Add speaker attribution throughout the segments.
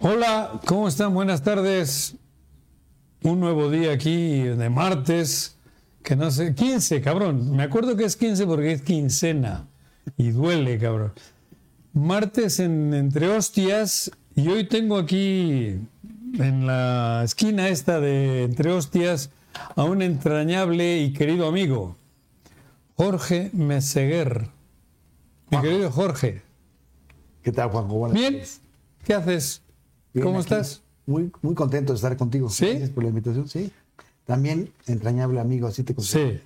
Speaker 1: Hola, ¿cómo están? Buenas tardes. Un nuevo día aquí de martes, que no sé, 15, cabrón. Me acuerdo que es 15 porque es quincena y duele, cabrón. Martes en Entre Hostias y hoy tengo aquí en la esquina esta de Entre Hostias a un entrañable y querido amigo, Jorge Meseguer. Mi querido Jorge,
Speaker 2: ¿Qué tal, Juanjo? Buenas
Speaker 1: ¿bien?
Speaker 2: tardes.
Speaker 1: ¿Qué haces?
Speaker 2: Bien,
Speaker 1: ¿Cómo
Speaker 2: aquí.
Speaker 1: estás?
Speaker 2: Muy, muy contento de estar contigo.
Speaker 1: ¿Sí?
Speaker 2: Gracias por la invitación, sí. También entrañable amigo, así te considero.
Speaker 1: Sí.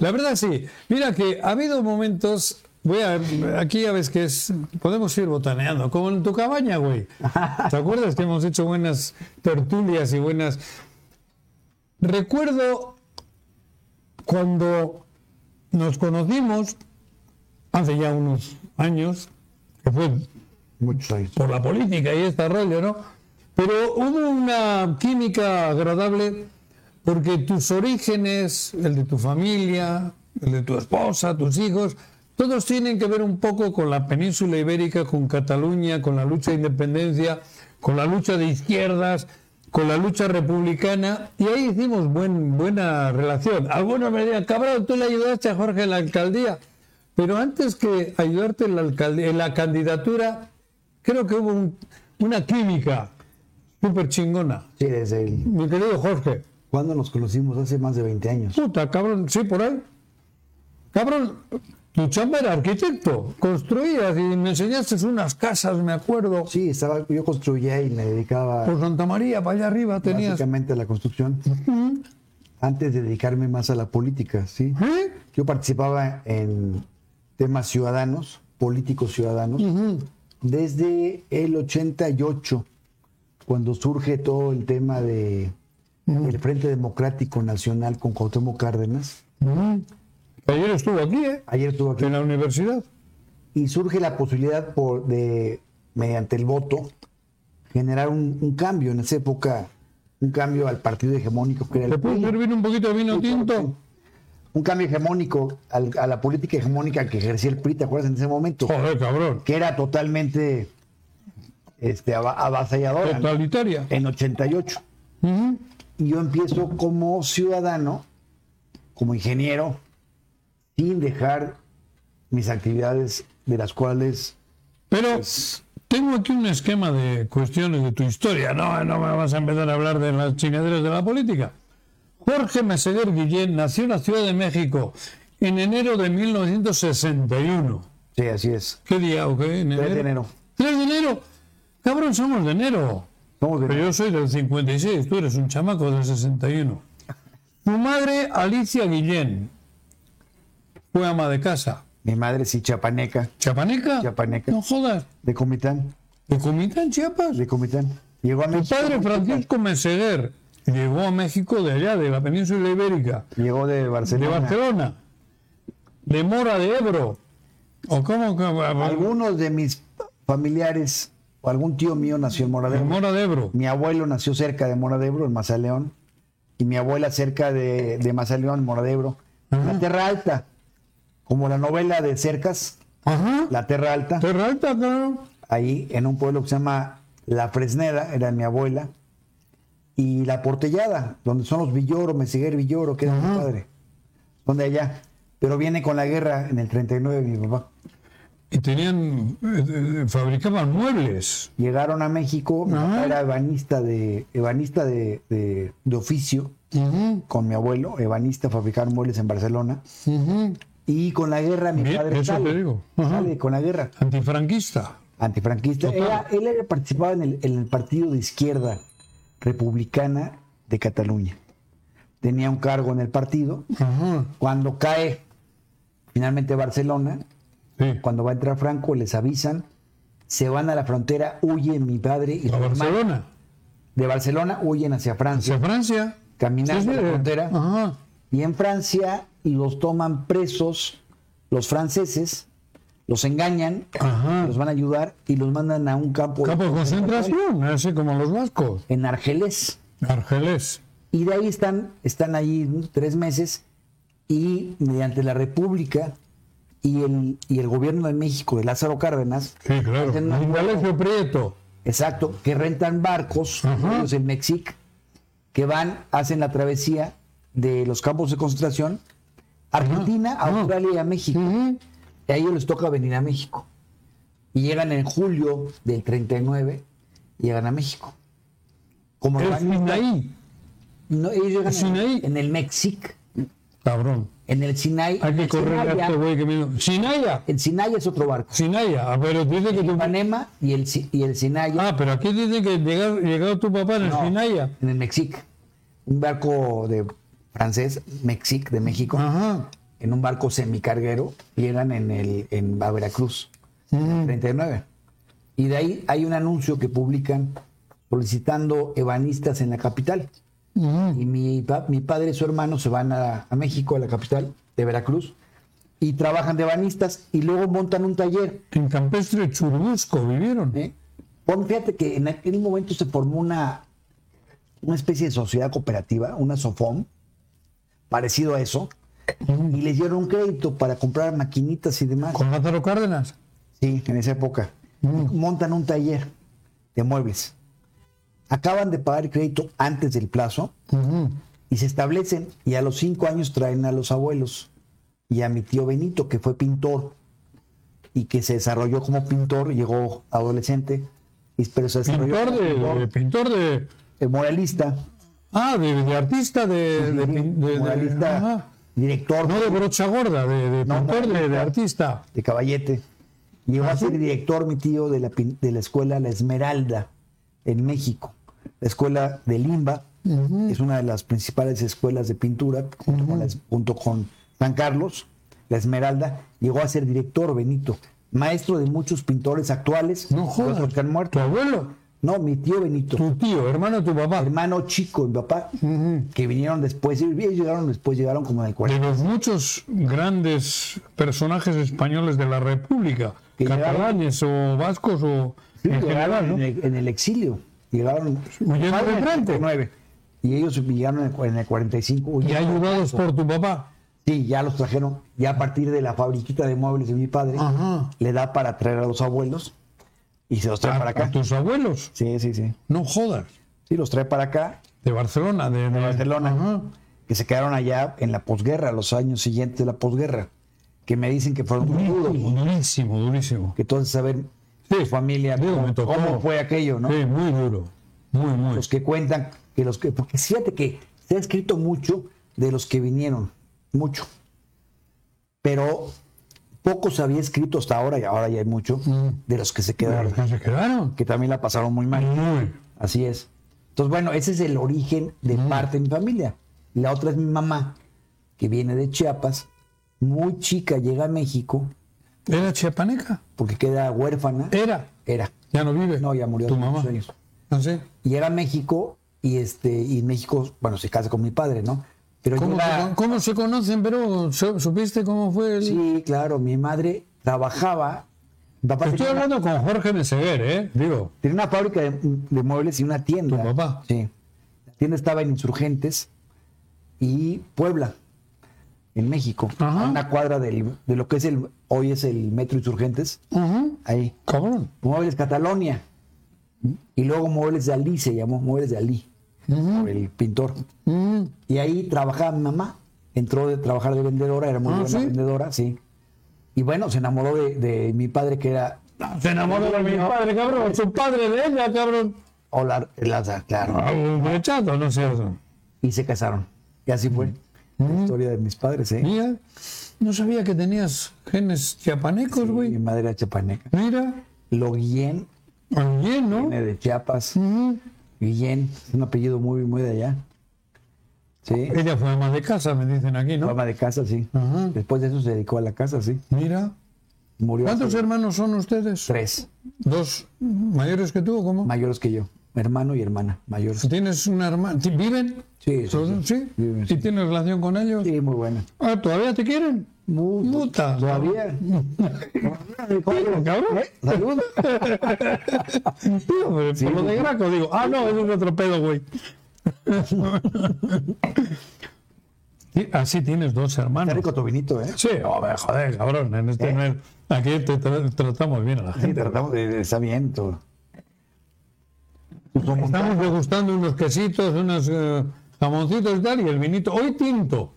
Speaker 1: La verdad sí. Mira que ha habido momentos. Voy a, aquí ya ves que es, podemos ir botaneando, como en tu cabaña, güey. ¿Te acuerdas que hemos hecho buenas tertulias y buenas... Recuerdo cuando nos conocimos, hace ya unos años, que fue
Speaker 2: Muchos años.
Speaker 1: por la política y este rollo, ¿no? Pero hubo una química agradable porque tus orígenes, el de tu familia, el de tu esposa, tus hijos, todos tienen que ver un poco con la península ibérica, con Cataluña, con la lucha de independencia, con la lucha de izquierdas, con la lucha republicana, y ahí hicimos buen- buena relación. Algunos me decían, cabrón, tú le ayudaste a Jorge en la alcaldía. Pero antes que ayudarte en la, alcalde- en la candidatura, creo que hubo un- una química súper chingona.
Speaker 2: Sí, desde el...
Speaker 1: Mi querido Jorge,
Speaker 2: ¿Cuándo nos conocimos? Hace más de 20 años.
Speaker 1: puta, cabrón, sí, por ahí. Cabrón, tu chamba era arquitecto, construías y me enseñaste unas casas, me acuerdo,
Speaker 2: Sí, estaba, yo construía y me dedicaba
Speaker 1: por Santa María, para allá arriba tenías.
Speaker 2: básicamente a la construcción antes de dedicarme más a la política, ¿sí?
Speaker 1: ¿Eh?
Speaker 2: Yo participaba en temas ciudadanos, políticos ciudadanos, desde el 88, cuando surge todo el tema de el Frente Democrático Nacional con Cuauhtémoc Cárdenas.
Speaker 1: Mm. Ayer estuvo aquí, ¿eh?
Speaker 2: Ayer estuvo aquí.
Speaker 1: En la universidad.
Speaker 2: Y surge la posibilidad por, de, mediante el voto, generar un, un cambio en esa época, un cambio al partido hegemónico que era
Speaker 1: ¿Te
Speaker 2: el
Speaker 1: puedo
Speaker 2: PRI.
Speaker 1: servir un poquito de vino tinto?
Speaker 2: un cambio hegemónico al- a la política hegemónica que ejercía el PRI, ¿te acuerdas en ese momento?
Speaker 1: Joder, cabrón.
Speaker 2: que era totalmente este, ava- avasalladora ¿no?
Speaker 1: Totalitaria.
Speaker 2: en 88.
Speaker 1: Ujú.
Speaker 2: Y yo empiezo como ciudadano, como ingeniero, sin dejar mis actividades de las cuales...
Speaker 1: Pero tengo aquí un esquema de cuestiones de tu historia. No, no me vas a empezar a hablar de las chingaderas de la política. Jorge Meseguer Guillén nació en la Ciudad de México en enero de 1961.
Speaker 2: Sí, así es.
Speaker 1: ¿Qué día o qué? ¿En
Speaker 2: 3 de enero.
Speaker 1: 3 de enero. Cabrón, somos de enero.
Speaker 2: Somos de-
Speaker 1: Pero yo soy del 56, tú eres un chamaco del 61. Tu madre, Alicia Guillén, fue ama de casa.
Speaker 2: Mi madre sí, chapaneca,
Speaker 1: ¿Chapaneca?
Speaker 2: Chiapaneca.
Speaker 1: No jodas.
Speaker 2: de Comitán,
Speaker 1: ¿De Comitán, Chiapas?
Speaker 2: de Comitán. Llegó a
Speaker 1: Tu
Speaker 2: México.
Speaker 1: padre Francisco Meseguer llegó a México de allá, de la península ibérica,
Speaker 2: Llegó de
Speaker 1: de
Speaker 2: Barcelona.
Speaker 1: Barcelona, de Mora de Ebro. ¿O cómo? que-
Speaker 2: Algunos de mis familiares o algún tío mío nació en
Speaker 1: De
Speaker 2: Moradero.
Speaker 1: Mora de Ebro.
Speaker 2: Mi abuelo nació cerca de Mora de Ebro, en Mazaleón, y mi abuela cerca de, de Mazaleón, Mora de Ebro. La Tierra Alta, como la novela de Cercas,
Speaker 1: Ajá.
Speaker 2: La Tierra Alta,
Speaker 1: Terra Alta, claro.
Speaker 2: ahí en un pueblo que se llama La Fresneda, era mi abuela, y La Portellada, donde son los Villoro, Meseguer Villoro, que era mi padre, donde allá. Pero viene con la guerra en el 39, mi papá.
Speaker 1: Y tenían, eh, eh, fabricaban muebles.
Speaker 2: Llegaron a México, mi
Speaker 1: Ajá.
Speaker 2: papá era ebanista de, ebanista de, de- de oficio,
Speaker 1: Ujú,
Speaker 2: con mi abuelo, ebanista, fabricar muebles en Barcelona.
Speaker 1: ujú.
Speaker 2: Y con la guerra, mi
Speaker 1: Bien,
Speaker 2: padre
Speaker 1: eso
Speaker 2: sale,
Speaker 1: te digo. Ajá.
Speaker 2: sale con la guerra
Speaker 1: Antifranquista.
Speaker 2: antifranquista.
Speaker 1: Total.
Speaker 2: Era- él era- participaba en el, en el partido de izquierda republicana de Cataluña. Tenía un cargo en el partido.
Speaker 1: Ajá.
Speaker 2: Cuando cae finalmente Barcelona,
Speaker 1: Sí.
Speaker 2: cuando va a entrar Franco, les avisan, se van a la frontera, huye mi padre y
Speaker 1: A
Speaker 2: su hermano.
Speaker 1: Barcelona.
Speaker 2: de Barcelona huyen hacia Francia.
Speaker 1: Hacia Francia.
Speaker 2: Caminando
Speaker 1: Sí, sí,
Speaker 2: a la
Speaker 1: eh,
Speaker 2: frontera.
Speaker 1: Ajá.
Speaker 2: Y en Francia los toman presos los franceses, los engañan,
Speaker 1: Ajá.
Speaker 2: los van a ayudar y los mandan a un campo,
Speaker 1: Campo de concentración, así como los vascos.
Speaker 2: en Argelés.
Speaker 1: Argelés.
Speaker 2: Y de ahí están, están ahí tres meses y mediante la República y el, y el gobierno de México de Lázaro Cárdenas
Speaker 1: Sí, claro.
Speaker 2: Hacen una-
Speaker 1: Indalecio Prieto.
Speaker 2: Exacto, que rentan barcos,
Speaker 1: Ajá.
Speaker 2: los del Mexic, que van, hacen la travesía de los campos de concentración a Argentina, a
Speaker 1: Ajá.
Speaker 2: Australia y a México.
Speaker 1: Ujú.
Speaker 2: Y a ellos les toca venir a México. Y llegan en julio del 39, llegan a México. Como
Speaker 1: El
Speaker 2: lo han-
Speaker 1: Sinaí,
Speaker 2: no, ellos llegan
Speaker 1: el Sinaí.
Speaker 2: en, en el Mexic,
Speaker 1: cabrón.
Speaker 2: en el Sinai.
Speaker 1: Hay que
Speaker 2: El
Speaker 1: correr
Speaker 2: Sinaya-
Speaker 1: a este güey que vino. Sinaya,
Speaker 2: El Sinai es otro barco.
Speaker 1: Sinaya, ah, pero dice que tu...
Speaker 2: Panema y el, Si- y el Sinai
Speaker 1: Ah, pero aquí dice que llegar- llegó tu papá en el
Speaker 2: No,
Speaker 1: Sinaya.
Speaker 2: en el Mexic. Un barco de francés, Mexic, de México,
Speaker 1: Ajá.
Speaker 2: en un barco semicarguero, llegan en el en a Veracruz, en el 39. Y de ahí hay un anuncio que publican solicitando ebanistas en la capital.
Speaker 1: Ujú.
Speaker 2: Y mi, pa- mi padre y su hermano se van a, a México, a la capital de Veracruz, y trabajan de ebanistas y luego montan un taller.
Speaker 1: En Campestre Churubusco vivieron.
Speaker 2: ¿eh? Pon- fíjate que en aquel momento se formó una, una especie de sociedad cooperativa, una SOFOM, parecido a eso, y les dieron un crédito para comprar maquinitas y demás.
Speaker 1: Con Lázaro Cárdenas.
Speaker 2: Sí, en esa época. Montan un taller de muebles. Acaban de pagar el crédito antes del plazo
Speaker 1: Ujú.
Speaker 2: y se establecen. Y a los cinco años traen a los abuelos y a mi tío Benito, que fue pintor y que se desarrolló como pintor, llegó adolescente, y- pero se desarrolló
Speaker 1: Pintor
Speaker 2: como pintor,
Speaker 1: de, de pintor de.
Speaker 2: eh, muralista,
Speaker 1: Ah, de, de artista de. de, pin- de- de-
Speaker 2: muralista,
Speaker 1: ajá.
Speaker 2: director
Speaker 1: no de brocha gorda, de, de
Speaker 2: No,
Speaker 1: pintor de, de artista.
Speaker 2: de caballete. Llegó
Speaker 1: Ah,
Speaker 2: a ser director mi tío de la, pin- de la escuela La Esmeralda en México, la escuela de Limba, es una de las principales escuelas de pintura, junto, con, la es- junto con San Carlos, La Esmeralda, llegó a ser director Benito, maestro de muchos pintores actuales,
Speaker 1: No
Speaker 2: los
Speaker 1: jodas.
Speaker 2: que han
Speaker 1: Tu
Speaker 2: muerto.
Speaker 1: abuelo,
Speaker 2: No, mi tío Benito,
Speaker 1: tu tío, hermano, tu papá.
Speaker 2: hermano chico, mi papá,
Speaker 1: Ujú.
Speaker 2: que vinieron después, ellos llegaron después, llegaron como en el 40.
Speaker 1: De los muchos grandes personajes españoles de la República,
Speaker 2: Que
Speaker 1: catalanes o vascos o
Speaker 2: Sí,
Speaker 1: en
Speaker 2: llegaron
Speaker 1: general, ¿no?
Speaker 2: en, el, en el exilio. Llegaron
Speaker 1: Huyendo
Speaker 2: Padre
Speaker 1: de
Speaker 2: en el
Speaker 1: Francia.
Speaker 2: 49, Y ellos llegaron en el, cu- en el 45.
Speaker 1: Y
Speaker 2: huyendo.
Speaker 1: ayudados por tu papá.
Speaker 2: Sí, ya los trajeron. Ya a partir de la fabriquita de muebles de mi padre,
Speaker 1: Ajá. Ah,
Speaker 2: le da para traer a los abuelos y se los trae para
Speaker 1: A,
Speaker 2: acá.
Speaker 1: a tus abuelos.
Speaker 2: Sí, sí, sí.
Speaker 1: No jodas.
Speaker 2: Sí, los trae para acá,
Speaker 1: De Barcelona, de, de-
Speaker 2: a Barcelona,
Speaker 1: Ajá.
Speaker 2: que se quedaron allá en la posguerra, los años siguientes de la posguerra, que me dicen que fueron muy duros.
Speaker 1: Durísimo, durísimo, durísimo.
Speaker 2: Que entonces, a ver,
Speaker 1: Sí,
Speaker 2: familia,
Speaker 1: digo,
Speaker 2: cómo,
Speaker 1: me tocó.
Speaker 2: cómo fue aquello, ¿no?
Speaker 1: Sí, muy duro. Muy, muy.
Speaker 2: los que cuentan, que los que, porque fíjate que se ha escrito mucho de los que vinieron, mucho, pero poco se había escrito hasta ahora, y ahora ya hay mucho, de los que se
Speaker 1: Pero
Speaker 2: quedaron,
Speaker 1: los que se quedaron.
Speaker 2: que también la pasaron muy mal.
Speaker 1: Muy.
Speaker 2: Así es. Entonces, bueno, ese es el origen de parte de mi familia. La otra es mi mamá, que viene de Chiapas, muy chica, llega a México,
Speaker 1: ¿Era chiapaneca?
Speaker 2: porque queda huérfana.
Speaker 1: Era.
Speaker 2: Era.
Speaker 1: Ya no vive.
Speaker 2: No, ya murió
Speaker 1: Tu
Speaker 2: hace
Speaker 1: mamá.
Speaker 2: muchos años.
Speaker 1: No sé.
Speaker 2: llega a México y este y en México, bueno, se casa con mi padre, ¿no? Pero
Speaker 1: ¿Cómo, se,
Speaker 2: llega-
Speaker 1: con- cómo se conocen, pero ¿Su- supiste cómo fue el...?
Speaker 2: sí, claro, mi madre trabajaba, mi papá
Speaker 1: Estoy
Speaker 2: tenía, una-
Speaker 1: hablando con Jorge Meseguer, ¿eh? Digo,
Speaker 2: tenía una fábrica de, de muebles y una tienda.
Speaker 1: Tu papá.
Speaker 2: Sí. La tienda estaba en Insurgentes y Puebla, en México,
Speaker 1: Ajá.
Speaker 2: a una cuadra del- de lo que es el hoy es el Metro Insurgentes, ahí.
Speaker 1: cabrón.
Speaker 2: Muebles Catalonia. Y luego Muebles de Alí se llamó Muebles de Alí, por el pintor.
Speaker 1: Mm.
Speaker 2: Y ahí trabajaba mi mamá. Entró de trabajar de vendedora, era muy
Speaker 1: Ah,
Speaker 2: buena
Speaker 1: ¿sí?
Speaker 2: vendedora, sí. Y bueno, se enamoró de, de mi padre, que era
Speaker 1: Se enamoró de mi padre, cabrón. Su padre de ella, cabrón.
Speaker 2: Olar Laza, claro.
Speaker 1: Ah, un Machado, ¿no es cierto?
Speaker 2: Y se casaron. Y así
Speaker 1: Mm.
Speaker 2: fue la historia de mis padres, ¿eh?
Speaker 1: Mira, no sabía que tenías genes chiapanecos, Mm, güey.
Speaker 2: Mi madre era chapaneca.
Speaker 1: Mira,
Speaker 2: Lo Guillén,
Speaker 1: bien, ¿no?
Speaker 2: viene de Chiapas.
Speaker 1: Ujú.
Speaker 2: Guillén, es un apellido muy, muy de allá. Sí,
Speaker 1: Ella fue ama de casa, me dicen aquí, ¿no?
Speaker 2: ama de casa, sí.
Speaker 1: Ah, Ajá.
Speaker 2: Después de eso se dedicó a la casa, sí.
Speaker 1: Mira.
Speaker 2: Murió
Speaker 1: ¿Cuántos
Speaker 2: hace
Speaker 1: hermanos son ustedes?
Speaker 2: tres
Speaker 1: ¿Dos mayores que tú o cómo?
Speaker 2: mayores que yo, hermano y hermana mayores.
Speaker 1: ¿Tienes una hermana? ¿Ti- ¿Viven?
Speaker 2: Sí, sí,
Speaker 1: ¿Son-
Speaker 2: sí. Viven,
Speaker 1: ¿Y
Speaker 2: sí.
Speaker 1: tienes relación con ellos?
Speaker 2: Sí, muy buena.
Speaker 1: Ah, ¿todavía te quieren?
Speaker 2: Muy,
Speaker 1: Puta.
Speaker 2: Todavía.
Speaker 1: Tío, cabrón.
Speaker 2: Salud.
Speaker 1: Tío, pero por lo de Graco digo, ah, no, es un otro pedo, güey. Sí, Así tienes dos
Speaker 2: Está
Speaker 1: hermanos. ¿Eh?
Speaker 2: rico tu vinito, ¿eh?
Speaker 1: Sí, oh, hombre, joder, cabrón. En este nivel, aquí te tra- tratamos bien a la
Speaker 2: Sí,
Speaker 1: gente.
Speaker 2: tratamos de- de- Está bien. todo.
Speaker 1: Estamos degustando unos quesitos, unos eh, jamoncitos y tal, y el vinito. Hoy tinto.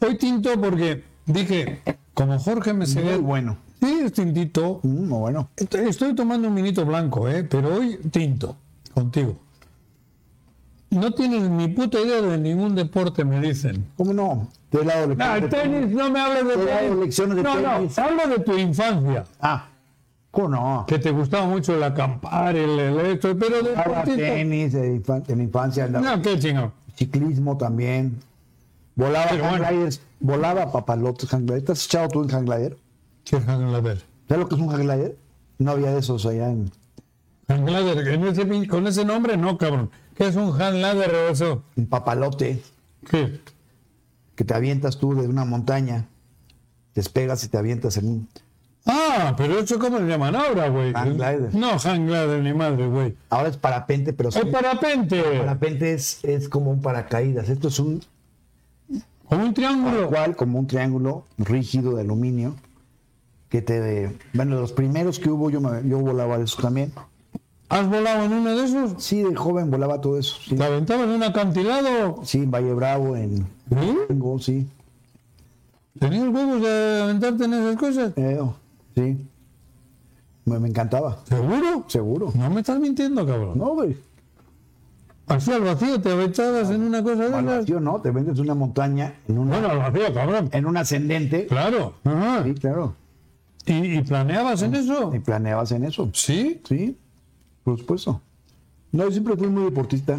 Speaker 1: Hoy tinto porque dije, como Jorge me se
Speaker 2: Muy
Speaker 1: ve.
Speaker 2: bueno.
Speaker 1: Sí, es tintito.
Speaker 2: Mm, bueno.
Speaker 1: Est- Estoy tomando un vinito blanco, ¿eh? pero hoy tinto, contigo. No tienes ni puta idea de ningún deporte, me dicen.
Speaker 2: ¿Cómo no? Te he dado
Speaker 1: No, este-
Speaker 2: lecciones
Speaker 1: Ah, el
Speaker 2: de
Speaker 1: tenis, no me hables de
Speaker 2: Te he dado
Speaker 1: tenis.
Speaker 2: lecciones de
Speaker 1: no,
Speaker 2: tenis.
Speaker 1: no, hablo de tu infancia,
Speaker 2: Ah, ¿cómo no?
Speaker 1: que te gustaba mucho el acampar, el, el esto, pero de
Speaker 2: Jugaba tenis de infan- en la infancia, andaba-
Speaker 1: No, qué chingón.
Speaker 2: ciclismo también. Volaba
Speaker 1: Pero bueno.
Speaker 2: hanggliders, volaba papalotes hanggliders. ¿Te has echado tú en hanglider?
Speaker 1: Anglader.
Speaker 2: ¿Sabes lo que es un hanglider? No había de esos allá en...
Speaker 1: Anglader, en ese pin- con ese nombre no, cabrón. ¿Qué es un Hanglader o eso?
Speaker 2: un papalote
Speaker 1: ¿Qué?
Speaker 2: que te avientas tú de una montaña, despegas y te avientas en un...
Speaker 1: Ah, pero eso cómo se llama ahora, güey.
Speaker 2: Hangglider.
Speaker 1: No, Hanglader ni madre, güey.
Speaker 2: Ahora es parapente, pero sí,
Speaker 1: El parapente.
Speaker 2: parapente es, es como un paracaídas. Esto es un
Speaker 1: Como un triángulo.
Speaker 2: cual como un triángulo rígido de aluminio que te... Bueno, los primeros que hubo yo, me- yo volaba de esos también.
Speaker 1: ¿Has volado en uno de esos?
Speaker 2: Sí, de joven volaba todo eso. Sí,
Speaker 1: ¿Te aventaba en un acantilado?
Speaker 2: Sí, en Valle Bravo, en...
Speaker 1: ¿Sí?
Speaker 2: Tengo, sí.
Speaker 1: ¿Tenías huevos de aventarte en esas cosas?
Speaker 2: Eh, sí. Me, me encantaba,
Speaker 1: ¿Seguro?
Speaker 2: seguro.
Speaker 1: No me estás mintiendo, cabrón.
Speaker 2: No, güey.
Speaker 1: Así al vacío te aventabas en una cosa de
Speaker 2: Al
Speaker 1: esas.
Speaker 2: vacío, ¿no? Te vendes una montaña en, una,
Speaker 1: Bueno, al vacío, cabrón.
Speaker 2: en un ascendente.
Speaker 1: Claro. Ajá.
Speaker 2: Sí, claro.
Speaker 1: ¿Y, y planeabas en eso?
Speaker 2: Y planeabas en eso.
Speaker 1: Sí.
Speaker 2: Sí, por supuesto. No, yo siempre fui muy deportista.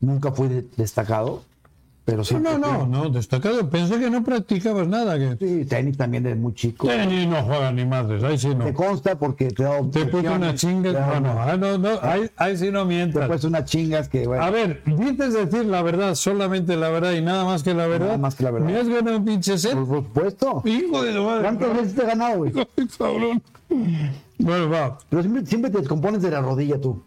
Speaker 2: Nunca fui de- destacado, pero sí.
Speaker 1: No, no, no, destacado. Pensé que no practicabas nada. Que...
Speaker 2: Sí, tenis también desde muy chico.
Speaker 1: Tenis no juegan ni madres, ahí sí no.
Speaker 2: Te consta porque te he dado
Speaker 1: Te he puesto una
Speaker 2: opciones,
Speaker 1: chinga.
Speaker 2: te he dado-
Speaker 1: No, no, ah, no, no, ahí, ahí sí no
Speaker 2: Te he
Speaker 1: mientas.
Speaker 2: puesto unas chingas que, bueno,
Speaker 1: A ver, dices decir la verdad, solamente la verdad y nada más que la verdad.
Speaker 2: Nada más que la verdad. Pues,
Speaker 1: Me has ganado un pinche set.
Speaker 2: por supuesto.
Speaker 1: Hijo de la madre.
Speaker 2: ¿Cuántas veces te he ganado, güey?
Speaker 1: Ay, cabrón. Bueno, va.
Speaker 2: Pero siempre, siempre te descompones de la rodilla tú.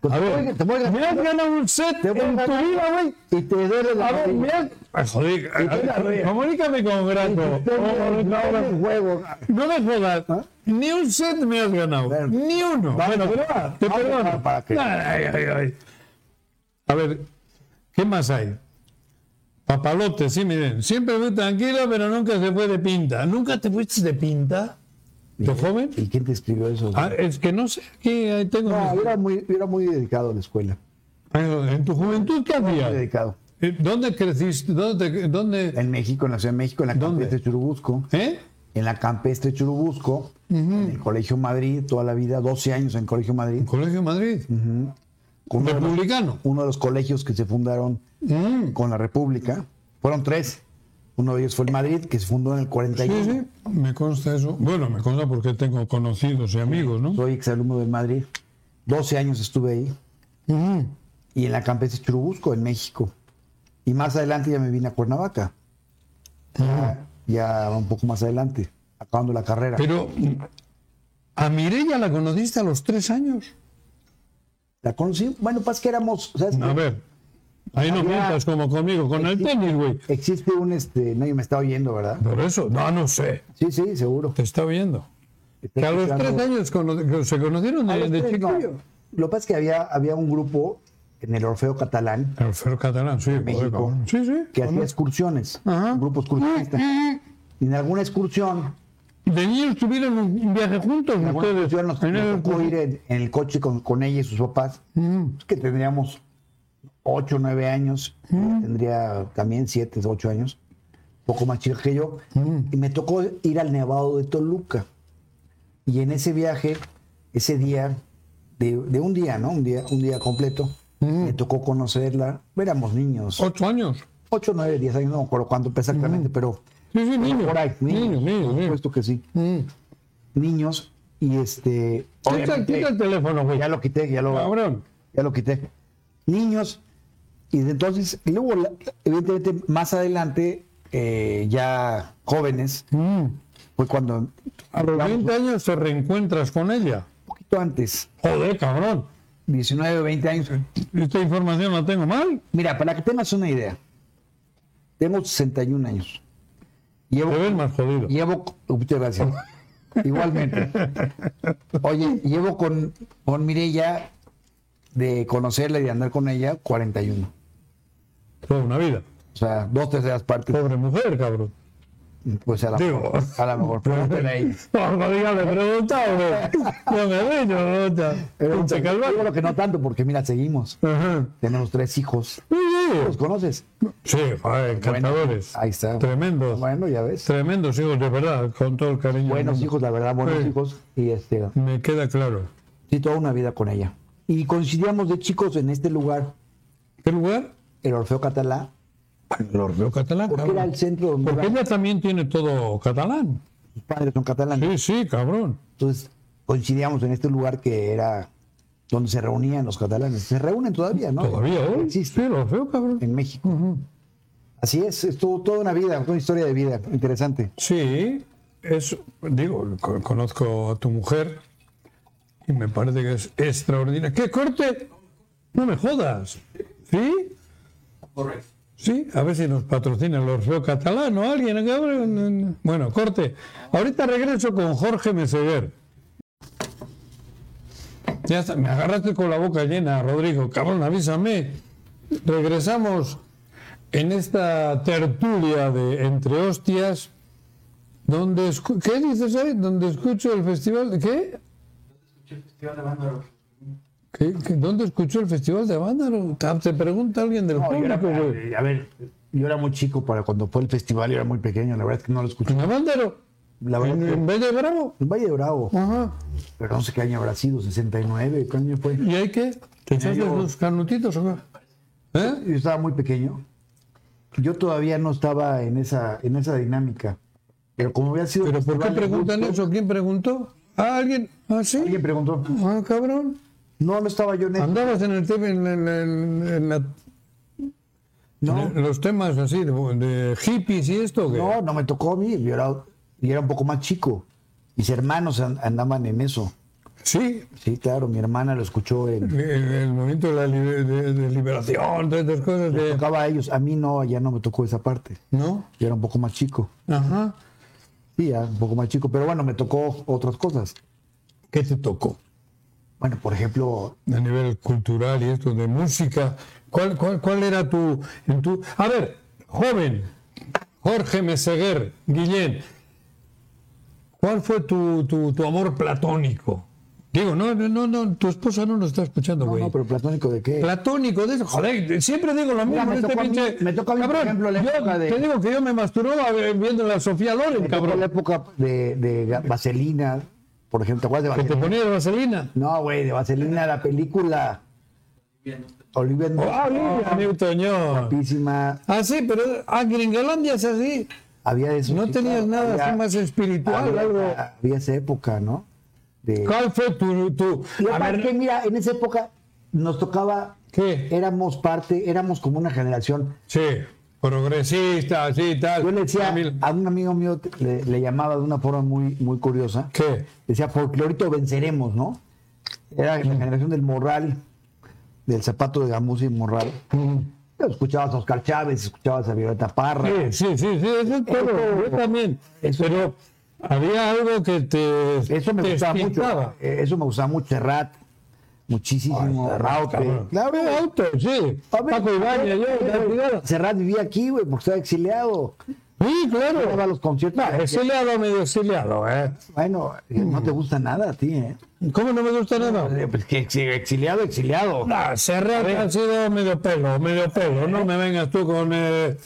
Speaker 2: Pues
Speaker 1: A
Speaker 2: te
Speaker 1: ver,
Speaker 2: voy- te voy a
Speaker 1: me has
Speaker 2: ganar
Speaker 1: ganado un set
Speaker 2: Te voy a
Speaker 1: en tu
Speaker 2: ganar.
Speaker 1: vida, güey.
Speaker 2: y te duele la
Speaker 1: A ver, me
Speaker 2: rodilla.
Speaker 1: has. Ay, joder, a
Speaker 2: tú la
Speaker 1: ver,
Speaker 2: ríes.
Speaker 1: comunícame con Grato.
Speaker 2: Y te duele-
Speaker 1: Oh, no,
Speaker 2: te duele
Speaker 1: no.
Speaker 2: el huevo.
Speaker 1: No me jodas, ni un set me has ganado,
Speaker 2: Bueno.
Speaker 1: ni uno.
Speaker 2: Vamos
Speaker 1: bueno,
Speaker 2: a-
Speaker 1: pero va, te
Speaker 2: vamos a
Speaker 1: perdono.
Speaker 2: dejar Ah, para que-
Speaker 1: Ay, ay, ay. A ver, ¿qué más hay? Papalote, sí, miren. Siempre fui tranquilo, pero nunca se fue de pinta. ¿Nunca te fuiste de pinta? ¿De joven?
Speaker 2: ¿Y quién te escribió eso?
Speaker 1: Ah, es que no sé, aquí ahí tengo.
Speaker 2: No,
Speaker 1: mis- Ah,
Speaker 2: yo era muy, yo era muy dedicado a la escuela.
Speaker 1: ¿En tu juventud qué
Speaker 2: Muy
Speaker 1: hacías?
Speaker 2: dedicado.
Speaker 1: Eh, ¿Dónde creciste? ¿Dónde? te- dónde
Speaker 2: En México, en la Ciudad de México, en la
Speaker 1: ¿Dónde?
Speaker 2: Campestre Churubusco.
Speaker 1: ¿Eh?
Speaker 2: En la Campestre Churubusco, en el Colegio Madrid, toda la vida, 12 años en Colegio Madrid.
Speaker 1: Colegio Madrid.
Speaker 2: Con uno, de los,
Speaker 1: Republicano.
Speaker 2: uno de los colegios que se fundaron
Speaker 1: Mm,
Speaker 2: con la República. Fueron tres. Uno de ellos fue el Madrid, que se fundó en el
Speaker 1: Sí,
Speaker 2: 41.
Speaker 1: sí, me consta eso. Bueno, me consta porque tengo conocidos y amigos, ¿no?
Speaker 2: Soy exalumno del Madrid. 12 años estuve ahí.
Speaker 1: Ujú.
Speaker 2: Y en la Campestre Churubusco, en México. Y más adelante ya me vine a Cuernavaca. Ya, ya un poco más adelante, acabando la carrera.
Speaker 1: Pero mm, a Mirella la conociste a los tres años.
Speaker 2: La conocí. Bueno, pasa que éramos. ¿sabes qué?
Speaker 1: A ver, ahí no
Speaker 2: Había-
Speaker 1: mientas como conmigo, con el tenis, güey.
Speaker 2: Existe un este. Nadie me está oyendo, ¿verdad?
Speaker 1: Por eso, no, no sé.
Speaker 2: Sí, sí, seguro.
Speaker 1: Te está oyendo.
Speaker 2: Está
Speaker 1: Que a los
Speaker 2: escuchando-
Speaker 1: tres años cono- que se conocieron
Speaker 2: A
Speaker 1: de,
Speaker 2: los
Speaker 1: de
Speaker 2: tres, no.
Speaker 1: chiquillo.
Speaker 2: Lo que pasa es que había, había un grupo en el Orfeo Catalán
Speaker 1: El Ferro Catalán, sí.
Speaker 2: México.
Speaker 1: joder, cabrón. Sí, sí.
Speaker 2: que hacía excursiones,
Speaker 1: Ajá. Ah,
Speaker 2: grupos excursionistas. Y en alguna excursión,
Speaker 1: De niños tuvieron un un viaje juntos
Speaker 2: en alguna
Speaker 1: ustedes.
Speaker 2: excursión nos,
Speaker 1: En
Speaker 2: nos
Speaker 1: el-
Speaker 2: tocó ir en, en el coche con, con ella y sus papás,
Speaker 1: Mm.
Speaker 2: que tendríamos 8, 9 años,
Speaker 1: Mm.
Speaker 2: tendría también 7, 8 años, poco más chica que yo,
Speaker 1: Mm.
Speaker 2: y me tocó ir al Nevado de Toluca. Y en ese viaje, ese día, de, de un día, ¿no? Un día, un día completo, me tocó conocerla. Éramos niños,
Speaker 1: Mm. Ocho Mm. años.
Speaker 2: 8, 9, 10 años, no me acuerdo cuánto exactamente, pero
Speaker 1: Sí, sí, niños.
Speaker 2: por ahí, niños,
Speaker 1: niños, niños,
Speaker 2: por
Speaker 1: niños.
Speaker 2: supuesto que sí,
Speaker 1: Mm.
Speaker 2: niños. Y este,
Speaker 1: Quita,
Speaker 2: obviamente,
Speaker 1: quita el teléfono, güey.
Speaker 2: ya lo quité, ya lo,
Speaker 1: Cabrón.
Speaker 2: ya lo quité. Niños, y de entonces, y luego, la- evidentemente, más adelante, eh, ya jóvenes,
Speaker 1: Mm.
Speaker 2: fue cuando,
Speaker 1: A los
Speaker 2: digamos,
Speaker 1: 20 años te reencuentras con ella.
Speaker 2: un poquito antes,
Speaker 1: Joder, cabrón.
Speaker 2: 19 o 20 años.
Speaker 1: Esta información la tengo mal.
Speaker 2: Mira, para que tengas una idea, tengo 61 años. Llevo,
Speaker 1: Te ves más jodido.
Speaker 2: llevo, muchas gracias. Igualmente. Oye, llevo con, con Mireya de conocerla y de andar con ella, 41.
Speaker 1: Toda una vida.
Speaker 2: O sea, dos terceras partes.
Speaker 1: Pobre mujer, cabrón.
Speaker 2: Pues a la
Speaker 1: Digo.
Speaker 2: mejor. A la mejor. pregúntenle ahí.
Speaker 1: Ojo, dígame, pregunta, güey. No me dueño, pregunta. Pinche
Speaker 2: Yo
Speaker 1: calvario.
Speaker 2: creo que no tanto, porque mira, seguimos.
Speaker 1: Ajá.
Speaker 2: Tenemos tres hijos.
Speaker 1: Sí,
Speaker 2: ¿Los
Speaker 1: sí.
Speaker 2: conoces?
Speaker 1: Sí, joder, encantadores.
Speaker 2: ahí está.
Speaker 1: Tremendos.
Speaker 2: Bueno, ya ves.
Speaker 1: Tremendos hijos, de verdad, con todo el cariño. del
Speaker 2: Buenos
Speaker 1: mundo.
Speaker 2: hijos, la verdad, buenos
Speaker 1: Sí.
Speaker 2: hijos. Y este,
Speaker 1: Me queda claro.
Speaker 2: sí, toda una vida con ella. Y coincidíamos de chicos en este lugar,
Speaker 1: ¿Qué lugar?
Speaker 2: el Orfeo Catalá,
Speaker 1: El Orfeo Catalán,
Speaker 2: porque era
Speaker 1: cabrón.
Speaker 2: el centro donde
Speaker 1: Porque
Speaker 2: iban.
Speaker 1: ella también tiene todo catalán.
Speaker 2: sus padres son catalanes.
Speaker 1: Sí, sí, cabrón.
Speaker 2: Entonces coincidíamos en este lugar que era donde se reunían los catalanes. Se reúnen todavía, ¿no?
Speaker 1: Todavía hoy.
Speaker 2: Existe
Speaker 1: Sí, el Orfeo, cabrón.
Speaker 2: en México.
Speaker 1: Ujú.
Speaker 2: Así es, es todo- toda una vida, una historia de vida interesante.
Speaker 1: Sí, es, digo, co- conozco a tu mujer y me parece que es extraordinaria. ¡Qué corte! No me jodas. ¿Sí?
Speaker 3: Correcto.
Speaker 1: Sí, a ver si nos patrocina el Orfeo Catalán o alguien. cabrón. Bueno, corte. Ahorita regreso con Jorge Meseguer. Ya está, me agarraste con la boca llena, Rodrigo. Cabrón, avísame. Regresamos en esta tertulia de Entre Hostias. Donde escu- ¿Qué dices ahí? ¿Dónde escucho el festival de qué?
Speaker 3: Escuché el festival de Bándaro.
Speaker 1: ¿Qué- qué- dónde escucho el festival de Avándaro? Ah, Te pregunta alguien del
Speaker 2: No, yo era-
Speaker 1: público, pues, güey.
Speaker 2: a ver, yo era muy chico para cuando fue el festival, yo era muy pequeño, la verdad es que no lo escuché.
Speaker 1: ¿En Avándaro?
Speaker 2: La verdad
Speaker 1: Pues ¿En,
Speaker 2: es que-
Speaker 1: en Valle Bravo?
Speaker 2: en Valle de Bravo,
Speaker 1: Ajá.
Speaker 2: pero no sé qué año habrá sido, 69, ¿qué año fue?
Speaker 1: ¿Y hay qué? ¿Te echaste
Speaker 2: yo-
Speaker 1: los canutitos o qué? ¿Eh?
Speaker 2: Yo estaba muy pequeño. Yo todavía no estaba en esa, en esa dinámica. Pero como había sido.
Speaker 1: ¿Pero por qué
Speaker 2: festival de
Speaker 1: preguntan
Speaker 2: gusto,
Speaker 1: eso? ¿Quién preguntó? ¿A alguien? ¿Ah, sí?
Speaker 2: Alguien preguntó.
Speaker 1: Ah, cabrón.
Speaker 2: No, no estaba yo en eso.
Speaker 1: Andabas en el tema, en, en- en- en la-
Speaker 2: No,
Speaker 1: en los temas así, de, de hippies y esto. ¿o qué?
Speaker 2: no, no me tocó a mí. Yo era, yo era un poco más chico. Mis hermanos an- andaban en eso.
Speaker 1: Sí,
Speaker 2: Sí, claro, mi hermana lo escuchó. en-
Speaker 1: el, el movimiento de, la libe- de- de liberación, todas estas cosas.
Speaker 2: le
Speaker 1: De,
Speaker 2: tocaba a ellos. A mí no, ya no me tocó esa parte.
Speaker 1: ¿No?
Speaker 2: Yo era un poco más chico.
Speaker 1: Ajá.
Speaker 2: Sí, ya, un poco más chico. Pero bueno, me tocó otras cosas.
Speaker 1: ¿Qué te tocó?
Speaker 2: Bueno, por ejemplo,
Speaker 1: a nivel cultural y esto de música. ¿Cuál, cuál, cuál era tu, en tu- A ver, joven, Jorge Meseguer, Guillén, ¿cuál fue tu, tu, tu amor platónico? Digo, no, no, no, no, tu esposa no nos está escuchando,
Speaker 2: no, pues,
Speaker 1: güey.
Speaker 2: no, pero platónico de qué.
Speaker 1: Platónico, de eso, joder, siempre digo lo mismo.
Speaker 2: Mira, me
Speaker 1: en este
Speaker 2: tocó a mí-
Speaker 1: pinche-
Speaker 2: me tocó a mí, por
Speaker 1: cabrón,
Speaker 2: ejemplo, la
Speaker 1: yo
Speaker 2: época de-
Speaker 1: Te digo que yo me masturbaba eh, viendo la Sofía Loren,
Speaker 2: Me tocó
Speaker 1: cabrón.
Speaker 2: la época de, de Ga- Vaselina, por ejemplo, ¿te acuerdas de
Speaker 1: Que te
Speaker 2: Vaselina?
Speaker 1: ponía de vaselina.
Speaker 2: No, güey, de Vaselina, la película
Speaker 3: Bien.
Speaker 2: Olivia
Speaker 1: ¡Ah, Olivia Newton-John!
Speaker 2: guapísima,
Speaker 1: Ah, sí, pero a Gringolandia es así.
Speaker 2: había de eso,
Speaker 1: No
Speaker 2: sí,
Speaker 1: tenías
Speaker 2: claro,
Speaker 1: nada
Speaker 2: había-
Speaker 1: así más espiritual,
Speaker 2: había,
Speaker 1: algo.
Speaker 2: había esa época, ¿no? De,
Speaker 1: ¿Cuál fue tu. tu-
Speaker 2: y
Speaker 1: a
Speaker 2: aparte,
Speaker 1: ver,
Speaker 2: mira, en esa época nos tocaba,
Speaker 1: ¿Qué?
Speaker 2: éramos parte, éramos como una generación.
Speaker 1: sí, progresista, así tal.
Speaker 2: Yo le decía
Speaker 1: Mil-
Speaker 2: a un amigo mío, le, le llamaba de una forma muy, muy curiosa,
Speaker 1: ¿Qué?
Speaker 2: decía, folclorito venceremos, ¿no? Era la generación del morral, del zapato de Gamuza y morral.
Speaker 1: Mm.
Speaker 2: Escuchabas a Oscar Chávez, escuchabas a Violeta Parra.
Speaker 1: Sí, sí, sí, sí, eso es todo. Yo también.
Speaker 2: eso-
Speaker 1: Pero había algo que te.
Speaker 2: Eso me
Speaker 1: te
Speaker 2: gustaba
Speaker 1: excitaba.
Speaker 2: mucho. Eh, Eso me gustaba mucho. Serrat, muchísimo. Raute.
Speaker 1: Ah, Cabrón.
Speaker 2: Claro,
Speaker 1: Claro, auto, sí.
Speaker 2: A ver,
Speaker 1: Paco Ibañez, yo, ya, cuidado.
Speaker 2: Serrat vivía aquí, güey, porque estaba exiliado.
Speaker 1: Sí,
Speaker 2: Iba a
Speaker 1: claro.
Speaker 2: los conciertos.
Speaker 1: No, exiliado, medio exiliado, ¿eh?
Speaker 2: Bueno, eh, no te gusta nada a ti, ¿eh?
Speaker 1: ¿Cómo no me gusta nada?
Speaker 2: Eh, Pues que exi- exiliado, exiliado.
Speaker 1: No, Serrat ha sido medio pelo, medio pelo. No me vengas tú con eh,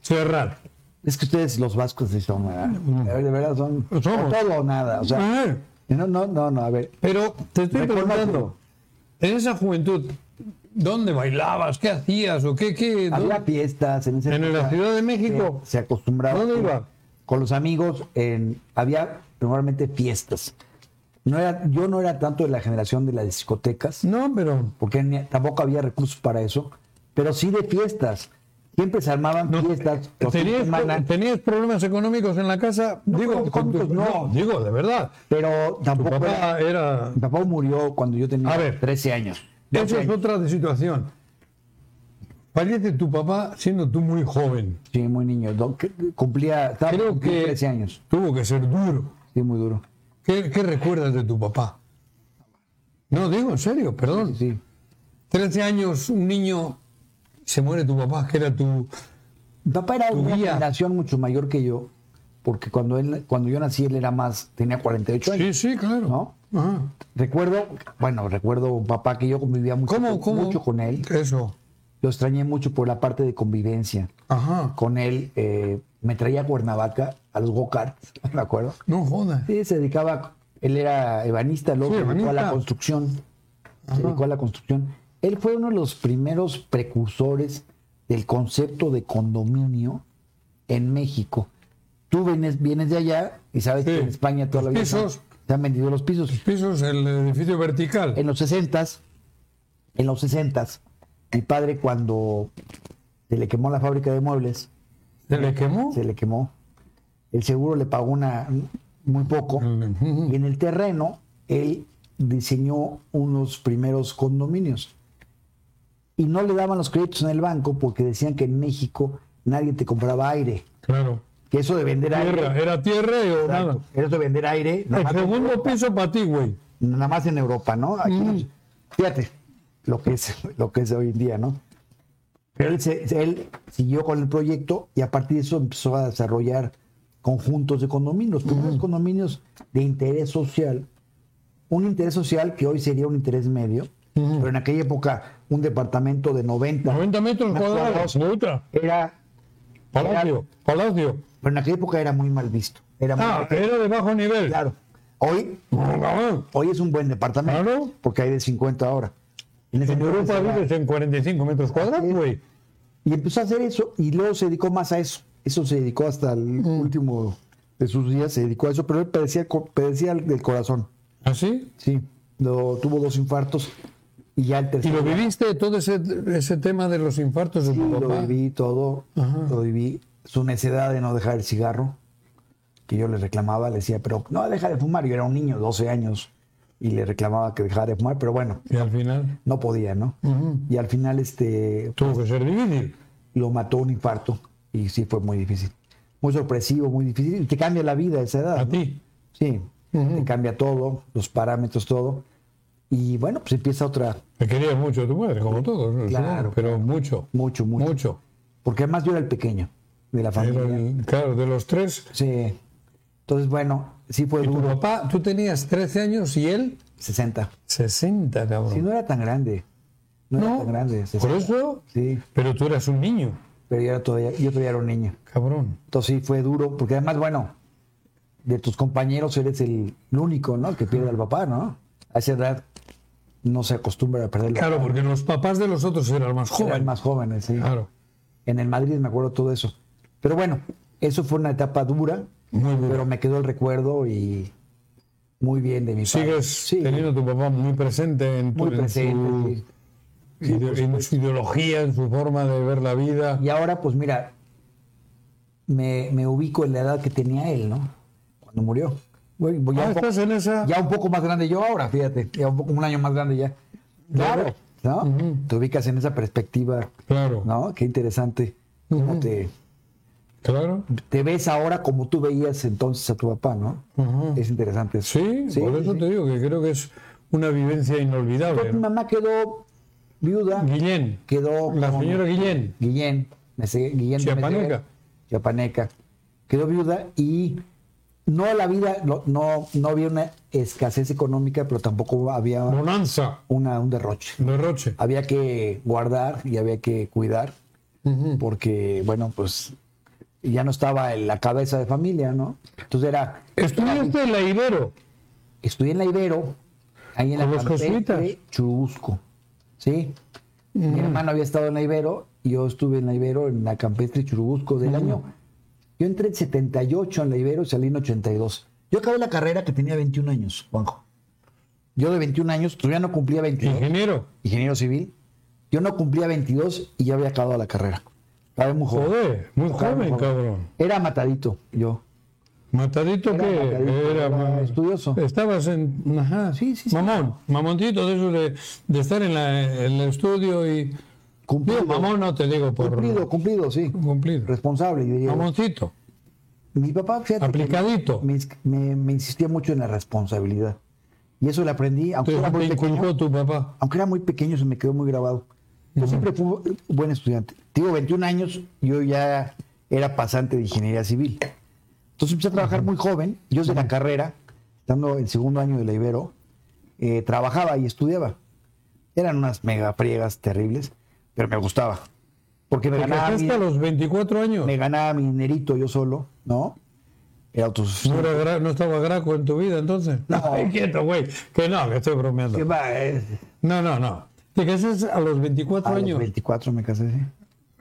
Speaker 1: Serrat.
Speaker 2: Es que ustedes, los vascos, sí son, ¿verdad? A ver, De verdad, son
Speaker 1: Mm. Pues somos.
Speaker 2: o todo o nada. O sea,
Speaker 1: A ver,
Speaker 2: no, no, no, no, a ver.
Speaker 1: Ah, pero te estoy
Speaker 2: Reconócelo.
Speaker 1: preguntando, en esa juventud, ¿dónde bailabas? ¿Qué hacías? ¿O qué? qué
Speaker 2: Había
Speaker 1: dónde-
Speaker 2: fiestas en ese
Speaker 1: pues,
Speaker 2: eh,
Speaker 1: en la Ciudad de México.
Speaker 2: se acostumbraba
Speaker 1: ¿Dónde
Speaker 2: con-
Speaker 1: iba?
Speaker 2: con los amigos en- había normalmente fiestas no era yo no era tanto de la generación de las discotecas
Speaker 1: No, pero
Speaker 2: porque ni- tampoco había recursos para eso pero sí de fiestas siempre se armaban
Speaker 1: No,
Speaker 2: fiestas los fines de
Speaker 1: ¿tenías,
Speaker 2: semana,
Speaker 1: tenías problemas económicos en la casa?
Speaker 2: No,
Speaker 1: digo,
Speaker 2: no,
Speaker 1: con tu-
Speaker 2: ¿cuántos
Speaker 1: no,
Speaker 2: no?
Speaker 1: digo, de verdad.
Speaker 2: pero
Speaker 1: Tu
Speaker 2: tampoco era-
Speaker 1: papá era...
Speaker 2: mi papá murió cuando yo tenía
Speaker 1: A ver.
Speaker 2: 13 años
Speaker 1: Esa es otra de situación. Fallece tu papá siendo tú muy joven.
Speaker 2: sí muy niño Do- que- cumplía estaba
Speaker 1: Creo
Speaker 2: cumplía
Speaker 1: que
Speaker 2: 13 años
Speaker 1: tuvo que ser duro.
Speaker 2: sí muy duro
Speaker 1: ¿Qué, qué recuerdas de tu papá? No, digo en serio, perdón.
Speaker 2: sí
Speaker 1: 13 años, un niño, se muere tu papá, que era tu...
Speaker 2: Mi papá era
Speaker 1: Tu
Speaker 2: una
Speaker 1: guía.
Speaker 2: generación mucho mayor que yo, porque cuando él, cuando yo nací, él era más, tenía 48 años.
Speaker 1: Sí, sí, claro. Ajá.
Speaker 2: Recuerdo, bueno, recuerdo un papá que yo convivía mucho,
Speaker 1: ¿Cómo,
Speaker 2: con-
Speaker 1: cómo?
Speaker 2: mucho con él.
Speaker 1: Eso.
Speaker 2: Lo extrañé mucho por la parte de convivencia.
Speaker 1: Ajá.
Speaker 2: Con él eh, me traía a Cuernavaca, a los go-karts, me acuerdo.
Speaker 1: No jodas.
Speaker 2: Sí, se dedicaba, él era ebanista, luego
Speaker 1: Sí,
Speaker 2: se dedicó a la
Speaker 1: ebanista.
Speaker 2: construcción. Se dedicó a la construcción. Él fue uno de los primeros precursores del concepto de condominio en México. Tú vienes, vienes de allá y sabes
Speaker 1: Sí.
Speaker 2: que en España todavía
Speaker 1: Los
Speaker 2: se han-
Speaker 1: pisos.
Speaker 2: se han vendido los pisos
Speaker 1: Pisos, el edificio vertical.
Speaker 2: en los 60 en los 60 mi padre cuando se le quemó la fábrica de muebles,
Speaker 1: ¿Se le quemó?
Speaker 2: se le quemó, el seguro le pagó una muy poco,
Speaker 1: Mm.
Speaker 2: y en el terreno él diseñó unos primeros condominios. Y no le daban los créditos en el banco porque decían que en México nadie te compraba aire,
Speaker 1: Claro.
Speaker 2: que eso de vender
Speaker 1: Tierra,
Speaker 2: aire,
Speaker 1: era tierra o nada.
Speaker 2: Exacto, eso de vender aire, nada
Speaker 1: El
Speaker 2: más te
Speaker 1: segundo piso para ti, güey.
Speaker 2: nada más en Europa, ¿no? Aquí
Speaker 1: Mm.
Speaker 2: no- Fíjate lo que, es, lo que es hoy en día, ¿no? Pero él, se- se- él siguió con el proyecto y a partir de eso empezó a desarrollar conjuntos de condominios,
Speaker 1: Mm.
Speaker 2: primeros condominios de interés social. Un interés social que hoy sería un interés medio,
Speaker 1: Mm.
Speaker 2: pero en aquella época un departamento de 90,
Speaker 1: 90 metros
Speaker 2: Me
Speaker 1: cuadrados. Otra.
Speaker 2: era,
Speaker 1: Palacio. Palacio.
Speaker 2: pero en aquella época era muy mal visto. Era muy
Speaker 1: Ah,
Speaker 2: mal-
Speaker 1: era de bajo nivel.
Speaker 2: claro. Hoy,
Speaker 1: Ah,
Speaker 2: hoy es un buen departamento,
Speaker 1: Claro.
Speaker 2: porque hay de 50 ahora. En ese
Speaker 1: En
Speaker 2: entonces
Speaker 1: Europa
Speaker 2: era-
Speaker 1: vives en 45 metros cuadrados, güey.
Speaker 2: Y empezó a hacer eso y luego se dedicó más a eso. Eso se dedicó hasta el último de sus días, se dedicó a eso, pero él padecía, co- padecía del corazón.
Speaker 1: ¿Así?
Speaker 2: Sí, lo, tuvo dos infartos y ya el
Speaker 1: ¿Y
Speaker 2: tercero.
Speaker 1: lo viviste todo ese, ese tema de los infartos de
Speaker 2: Sí,
Speaker 1: tu
Speaker 2: lo
Speaker 1: papá?
Speaker 2: viví todo, lo viví. Su necedad de no dejar el cigarro, que yo le reclamaba, le decía, pero no, deja de fumar. Yo era un niño, 12 años, y le reclamaba que dejara de fumar, pero bueno,
Speaker 1: Y al final
Speaker 2: no podía, ¿no?
Speaker 1: Mm.
Speaker 2: Y al final, este,
Speaker 1: tuvo que ser difícil.
Speaker 2: lo mató un infarto y sí fue muy difícil. Muy sorpresivo, muy difícil. Y te cambia la vida a esa edad.
Speaker 1: A
Speaker 2: ¿no?
Speaker 1: ti.
Speaker 2: Sí, te cambia todo, los parámetros, todo. Y bueno, pues empieza otra,
Speaker 1: Me querías mucho a tu madre, como todos. ¿no?
Speaker 2: Claro.
Speaker 1: Pero mucho.
Speaker 2: mucho, mucho.
Speaker 1: Mucho.
Speaker 2: Porque además yo era el pequeño de la familia.
Speaker 1: Era el- claro, de los tres.
Speaker 2: Sí. Entonces, bueno, sí fue
Speaker 1: Y tu
Speaker 2: duro.
Speaker 1: papá, tú tenías 13 años y él
Speaker 2: 60.
Speaker 1: 60, cabrón.
Speaker 2: Sí, no era tan grande. No, era tan grande. 60.
Speaker 1: por eso.
Speaker 2: Sí,
Speaker 1: Pero tú eras un niño,
Speaker 2: pero yo, era todavía, yo todavía era un niño.
Speaker 1: cabrón.
Speaker 2: Entonces sí fue duro, porque además, bueno, de tus compañeros eres el único, ¿no? Que pierde al papá, ¿no? A esa edad no se acostumbra a perder al
Speaker 1: Claro, porque los papás de los otros eran más
Speaker 2: papá. Eran
Speaker 1: jóvenes. Ah.
Speaker 2: más jóvenes, sí.
Speaker 1: Claro.
Speaker 2: En el Madrid me acuerdo todo eso. Pero bueno, eso fue una etapa dura,
Speaker 1: Muy dura.
Speaker 2: pero me quedó el recuerdo y muy bien de mi padre.
Speaker 1: Sigues
Speaker 2: Sí,
Speaker 1: teniendo a tu papá muy presente en tu,
Speaker 2: muy
Speaker 1: en
Speaker 2: presente. sí.
Speaker 1: su, ide- en su ideología, en su forma de ver la vida.
Speaker 2: Y ahora, pues mira, me, me ubico en la edad que tenía él, ¿no? Cuando murió. Voy- voy
Speaker 1: Ah,
Speaker 2: ya un poco-
Speaker 1: estás en esa.
Speaker 2: ya un poco más grande yo ahora, fíjate, ya un, poco, un año más grande ya. Claro, ¿no? Te ubicas en esa perspectiva,
Speaker 1: Claro,
Speaker 2: ¿no? Qué interesante. Cómo te,
Speaker 1: claro.
Speaker 2: te ves ahora como tú veías entonces a tu papá, ¿no? Es interesante. eso.
Speaker 1: Sí, por eso
Speaker 2: sí.
Speaker 1: te digo que creo que es una vivencia inolvidable.
Speaker 2: Mi
Speaker 1: ¿no?
Speaker 2: mamá quedó viuda,
Speaker 1: Guillén,
Speaker 2: quedó
Speaker 1: la
Speaker 2: con
Speaker 1: señora Guillén.
Speaker 2: Guillén, Mece- Guillén de
Speaker 1: Chiapaneca.
Speaker 2: Meceguer, Chiapaneca. Quedó viuda y no la vida, no, no, no había una escasez económica, pero tampoco había
Speaker 1: Bonanza,
Speaker 2: una, un derroche.
Speaker 1: derroche.
Speaker 2: había que guardar y había que cuidar, porque, bueno, pues ya no estaba en la cabeza de familia, ¿no? Entonces era,
Speaker 1: Estudiaste en la Ibero.
Speaker 2: estudié en la Ibero, ahí en la
Speaker 1: Con los
Speaker 2: Campestre,
Speaker 1: jesuitas. Mm.
Speaker 2: Churubusco, ¿sí? Mi hermano había estado en la Ibero, y yo estuve en la Ibero, en la Campestre Churubusco
Speaker 1: Mm.
Speaker 2: del año. Yo entré en 78 en la Ibero y salí en 82. Yo acabé la carrera que tenía 21 años, Juanjo. Yo de 21 años, todavía no cumplía 22
Speaker 1: Ingeniero.
Speaker 2: ingeniero civil. Yo no cumplía 22 y ya había acabado la carrera. Estaba muy joven.
Speaker 1: Joder, muy
Speaker 2: Estaba muy
Speaker 1: joven, cabrón.
Speaker 2: Era matadito yo.
Speaker 1: Matadito
Speaker 2: Era
Speaker 1: que
Speaker 2: matadito,
Speaker 1: era,
Speaker 2: era
Speaker 1: ma-
Speaker 2: estudioso.
Speaker 1: Estabas en. Ajá.
Speaker 2: Sí, sí, sí.
Speaker 1: Mamón, mamontito de eso de, de estar en, la- en el estudio y.
Speaker 2: Cumplido.
Speaker 1: Digo, mamón no te digo por.
Speaker 2: Cumplido, cumplido, sí.
Speaker 1: Cumplido.
Speaker 2: Responsable. yo digo.
Speaker 1: Mamoncito.
Speaker 2: Mi papá, fíjate. que
Speaker 1: Aplicadito.
Speaker 2: Me, me- me insistía mucho en la responsabilidad. Y eso lo aprendí, aunque
Speaker 1: Te,
Speaker 2: era muy
Speaker 1: te
Speaker 2: pequeño,
Speaker 1: inculcó tu papá.
Speaker 2: aunque era muy pequeño, se me quedó muy grabado. Yo siempre fui un buen estudiante. Digo, 21 años, yo ya era pasante de ingeniería civil. Entonces empecé a trabajar muy joven. Yo de la carrera, estando en segundo año de la Ibero, eh, trabajaba y estudiaba. Eran unas mega friegas terribles, pero me gustaba. Porque me
Speaker 1: Porque
Speaker 2: ganaba,
Speaker 1: tú
Speaker 2: mi,
Speaker 1: hasta los 24 años.
Speaker 2: me ganaba mi dinerito yo solo, ¿no? Era
Speaker 1: No,
Speaker 2: autosuficiente.
Speaker 1: era Gra- no estaba Graco en tu vida entonces.
Speaker 2: No.
Speaker 1: Ay, quieto, güey. Que no, que estoy bromeando.
Speaker 2: ¿Qué va? eh?
Speaker 1: No, no, no. Te casas a los 24
Speaker 2: A los
Speaker 1: años.
Speaker 2: 24 me casé, sí.